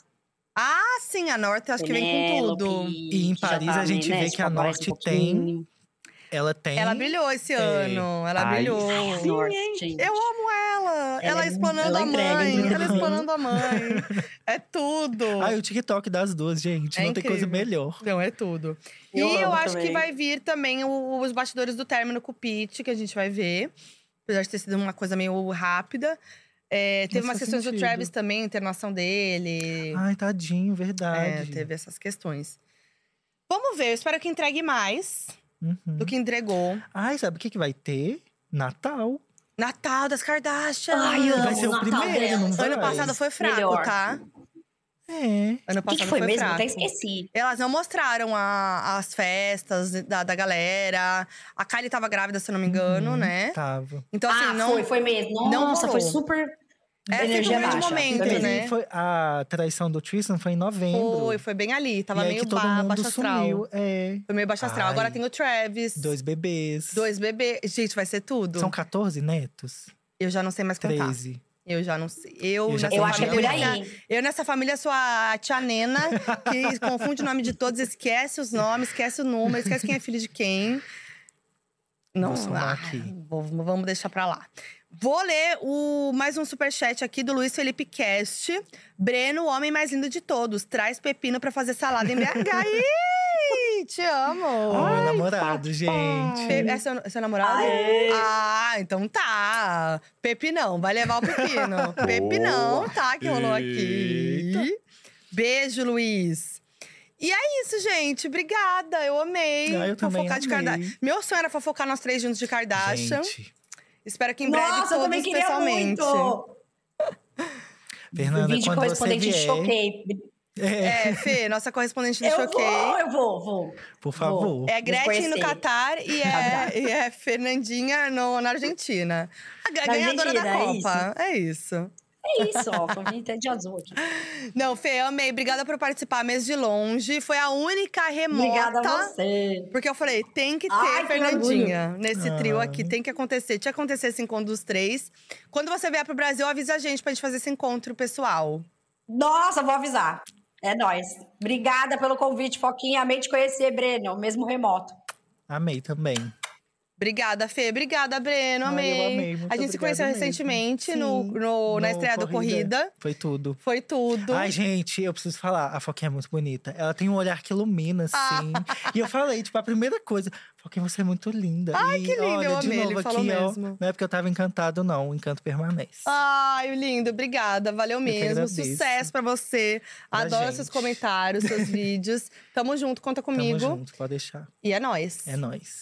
Speaker 1: Ah, sim, a Norte acho que vem com tudo.
Speaker 2: E em
Speaker 3: tá,
Speaker 2: Paris
Speaker 3: né,
Speaker 2: a gente vê
Speaker 3: tipo,
Speaker 2: que a
Speaker 3: um
Speaker 2: Norte tem- Ela tem.
Speaker 1: Ela brilhou esse
Speaker 2: É.
Speaker 1: ano. Ela
Speaker 4: Ai,
Speaker 1: brilhou.
Speaker 3: Sim, Norte, gente.
Speaker 1: é, Eu amo ela. Ela,
Speaker 3: Ela é-
Speaker 1: explanando
Speaker 3: ela
Speaker 1: a
Speaker 3: entrega,
Speaker 1: mãe.
Speaker 3: entrega
Speaker 1: Ela
Speaker 3: bem.
Speaker 1: explanando a mãe. É tudo.
Speaker 2: Ai, o TikTok das duas, gente.
Speaker 1: É
Speaker 2: não tem coisa
Speaker 1: incrível.
Speaker 2: melhor.
Speaker 1: Não, é tudo.
Speaker 3: Eu
Speaker 1: e eu
Speaker 3: amo
Speaker 1: acho que
Speaker 3: também.
Speaker 1: vai vir também o- os bastidores do término com o Pete, que a gente vai ver. Apesar de ter sido uma coisa meio rápida. É, teve
Speaker 2: Mas
Speaker 1: umas
Speaker 2: faz
Speaker 1: questões do
Speaker 2: sentido.
Speaker 1: Travis também, internação dele.
Speaker 2: Ai, Ah, tadinho,
Speaker 1: É,
Speaker 2: verdade.
Speaker 1: teve essas questões. Vamos ver, eu espero que entregue mais
Speaker 2: Uhum.
Speaker 1: do que entregou.
Speaker 2: Ai, sabe o que, que vai ter? Natal.
Speaker 1: Natal das Kardashian.
Speaker 3: Ai, eu
Speaker 2: vai
Speaker 3: amo
Speaker 2: ser
Speaker 3: o
Speaker 2: o
Speaker 3: Natal
Speaker 2: primeiro,
Speaker 3: delas.
Speaker 2: não vai?
Speaker 1: Ano passado foi fraco,
Speaker 3: Melhor.
Speaker 1: tá?
Speaker 2: É.
Speaker 1: Ano
Speaker 3: O que,
Speaker 1: passado
Speaker 3: que foi, mesmo?
Speaker 1: fraco.
Speaker 3: Até esqueci.
Speaker 1: Elas não mostraram a- as festas da, da galera. A Kylie tava grávida, se eu não me engano,
Speaker 2: Uhum,
Speaker 1: né?
Speaker 2: Tava.
Speaker 1: Então, assim,
Speaker 3: ah,
Speaker 1: não.
Speaker 3: foi, foi mesmo.
Speaker 1: não
Speaker 3: Nossa,
Speaker 1: rolou.
Speaker 3: foi super.
Speaker 1: É,
Speaker 3: energia
Speaker 1: sempre um grande
Speaker 3: baixa,
Speaker 1: momento,
Speaker 3: também.
Speaker 1: né?
Speaker 2: Inclusive, foi- a traição do Tristan foi em novembro.
Speaker 1: Foi, foi bem ali. Tava
Speaker 2: e aí
Speaker 1: meio
Speaker 2: que todo
Speaker 1: ba-
Speaker 2: mundo
Speaker 1: baixo astral.
Speaker 2: sumiu. É.
Speaker 1: Foi meio baixo astral.
Speaker 2: Ai.
Speaker 1: Agora tem o Travis.
Speaker 2: Dois bebês.
Speaker 1: Dois bebês. Gente, vai ser tudo.
Speaker 2: São 14 netos?
Speaker 1: Eu já não sei mais contar.
Speaker 2: 13.
Speaker 1: Eu já não sei. Eu,
Speaker 2: Eu já
Speaker 1: nessa
Speaker 2: Essa
Speaker 3: Eu acho que é por
Speaker 1: família-
Speaker 3: aí.
Speaker 1: Eu nessa família sou a tia Nena, que confunde o nome de todos, esquece os nomes, esquece o número, esquece quem é filho de quem. Não,
Speaker 2: Vou somar aqui.
Speaker 1: vou- vamos deixar pra lá. Vou ler o, mais um superchat aqui do Luiz Felipe Cast. Breno, o homem mais lindo de todos, traz pepino pra fazer salada em BH. Ih, te
Speaker 2: Ó,
Speaker 1: amo!
Speaker 2: meu namorado, gente.
Speaker 1: Pe- É seu, seu namorado? Ah, então tá. Pepinão, vai levar o pepino. Pepinão, tá, que rolou aqui. Beijo, Luiz. E é isso, gente. Obrigada, eu amei.
Speaker 2: Ah, eu também
Speaker 1: fofocar de
Speaker 2: amei.
Speaker 1: Kardashian. Meu sonho era fofocar nós três juntos de Kardashian.
Speaker 2: Gente,
Speaker 1: Espero que em breve
Speaker 3: Nossa, eu
Speaker 1: todos
Speaker 3: também queria
Speaker 1: pessoalmente.
Speaker 3: muito.
Speaker 2: Fernanda,
Speaker 3: Vídeo
Speaker 2: quando você
Speaker 3: correspondente de
Speaker 2: vier,
Speaker 3: choquei.
Speaker 2: é,
Speaker 1: É, Fê, nossa correspondente do
Speaker 3: Eu vou,
Speaker 1: Choquei.
Speaker 3: eu vou, vou.
Speaker 2: por favor.
Speaker 1: É Gretchen no
Speaker 3: conhecer.
Speaker 1: Catar e é, e é Fernandinha no, na Argentina. A ga-
Speaker 3: Na
Speaker 1: ganhadora da
Speaker 3: Argentina, é
Speaker 1: Copa. É isso.
Speaker 3: É isso, ó. Convite até de azul aqui.
Speaker 1: Não, Fê, eu amei. Obrigada por participar mesmo de longe. Foi a única remota.
Speaker 3: Obrigada
Speaker 2: tá.
Speaker 3: a você.
Speaker 1: Porque eu falei, tem que ter
Speaker 3: Ai, que
Speaker 1: Fernandinha nesse trio
Speaker 2: Ah.
Speaker 1: aqui. Tem que acontecer. Tinha que acontecer esse encontro dos três. Quando você vier pro Brasil, avisa a gente pra gente fazer esse encontro pessoal.
Speaker 3: Nossa, vou avisar. É nóis. Obrigada pelo convite, Foquinha. Amei te conhecer, Breno, mesmo remoto.
Speaker 2: Amei também.
Speaker 1: Obrigada, Fê. Obrigada, Breno.
Speaker 2: Ai, eu
Speaker 1: Amei.
Speaker 2: amei, muito
Speaker 1: a gente se conheceu
Speaker 2: obrigado mesmo.
Speaker 1: recentemente
Speaker 2: Sim,
Speaker 1: no, no- na
Speaker 2: no
Speaker 1: estreia do
Speaker 2: Corrida.
Speaker 1: Corrida.
Speaker 2: Foi tudo.
Speaker 1: Foi tudo.
Speaker 2: Ai, gente, eu preciso falar. A Foquinha é muito bonita. Ela tem um olhar que ilumina,
Speaker 1: Ah.
Speaker 2: assim. E eu falei, tipo, a primeira coisa. Foquinha, você é muito linda. Ai,
Speaker 1: que linda,
Speaker 2: olha,
Speaker 1: eu
Speaker 2: de
Speaker 1: amei,
Speaker 2: novo
Speaker 1: ele
Speaker 2: aqui,
Speaker 1: falou
Speaker 2: ó.
Speaker 1: mesmo. Ah,
Speaker 2: Não é porque eu tava encantado, não. O encanto permanece.
Speaker 1: Ai, lindo, obrigada, valeu
Speaker 2: que
Speaker 1: mesmo.
Speaker 2: agradeço.
Speaker 1: Sucesso pra você.
Speaker 2: Pra
Speaker 1: Adoro
Speaker 2: gente.
Speaker 1: seus comentários, seus vídeos. Tamo junto, conta
Speaker 2: Tamo
Speaker 1: comigo.
Speaker 2: junto, pode deixar.
Speaker 1: E é nóis.
Speaker 2: É nóis.